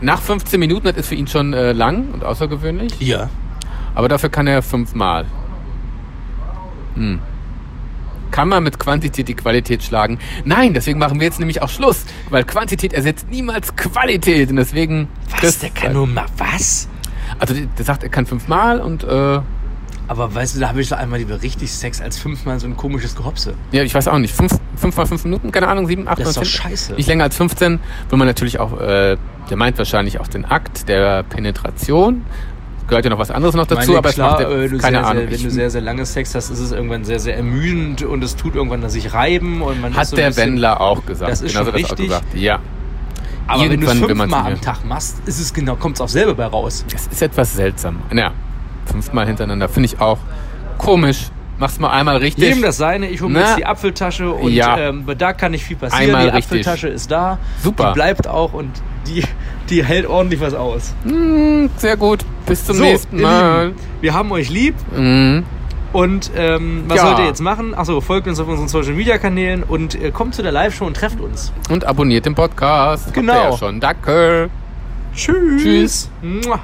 Speaker 1: nach 15 Minuten das ist für ihn schon äh, lang und außergewöhnlich,
Speaker 2: Ja.
Speaker 1: aber dafür kann er fünfmal. Hm. Kann man mit Quantität die Qualität schlagen? Nein, deswegen machen wir jetzt nämlich auch Schluss, weil Quantität ersetzt niemals Qualität und deswegen.
Speaker 2: Was?
Speaker 1: Chris,
Speaker 2: Der kann nur mal was?
Speaker 1: Also der sagt, er kann fünfmal und äh,
Speaker 2: Aber weißt du, da habe ich doch einmal lieber richtig Sex als fünfmal so ein komisches Gehopse.
Speaker 1: Ja, ich weiß auch nicht. Fünf, fünf mal fünf Minuten, keine Ahnung, sieben, acht,
Speaker 2: Das ist doch
Speaker 1: neun,
Speaker 2: scheiße.
Speaker 1: Nicht länger als 15. Will man natürlich auch, äh, der meint wahrscheinlich auch den Akt der Penetration. Gehört ja noch was anderes noch dazu,
Speaker 2: Meine,
Speaker 1: aber
Speaker 2: klar,
Speaker 1: es macht
Speaker 2: äh,
Speaker 1: der,
Speaker 2: du
Speaker 1: keine
Speaker 2: sehr,
Speaker 1: Ahnung.
Speaker 2: Sehr, wenn
Speaker 1: ich,
Speaker 2: du sehr, sehr lange Sex hast, ist es irgendwann sehr, sehr ermüdend und es tut irgendwann dass sich reiben und man
Speaker 1: hat
Speaker 2: ist so ein
Speaker 1: der
Speaker 2: bisschen,
Speaker 1: Wendler auch gesagt.
Speaker 2: Das ist
Speaker 1: Genauso
Speaker 2: schon
Speaker 1: hat er
Speaker 2: richtig.
Speaker 1: Auch gesagt. Ja.
Speaker 2: Aber wenn du es
Speaker 1: irgendwann will man's
Speaker 2: fünfmal am
Speaker 1: nicht
Speaker 2: Tag machst, ist es genau, kommt es auch selber bei raus.
Speaker 1: Das ist etwas seltsam. Naja, fünfmal hintereinander finde ich auch komisch. Mach's mal einmal richtig.
Speaker 2: Jedem das seine, ich hole mir
Speaker 1: Na,
Speaker 2: jetzt die Apfeltasche und
Speaker 1: ja.
Speaker 2: ähm, da kann nicht viel passieren.
Speaker 1: Einmal
Speaker 2: die
Speaker 1: richtig.
Speaker 2: Apfeltasche ist da,
Speaker 1: Super.
Speaker 2: die bleibt auch und die, die hält ordentlich was aus.
Speaker 1: Hm, Sehr gut. Bis zum nächsten
Speaker 2: ihr
Speaker 1: Mal.
Speaker 2: Lieben, wir haben euch lieb
Speaker 1: Mhm.
Speaker 2: und ähm, was
Speaker 1: Ja.
Speaker 2: sollt ihr jetzt machen? Achso, folgt uns auf unseren Social Media Kanälen und äh, kommt zu der Live-Show und trefft uns.
Speaker 1: Und abonniert den Podcast. Habt ihr
Speaker 2: Genau.
Speaker 1: Ja schon. Danke.
Speaker 2: Tschüss.
Speaker 1: Tschüss.
Speaker 2: Mua.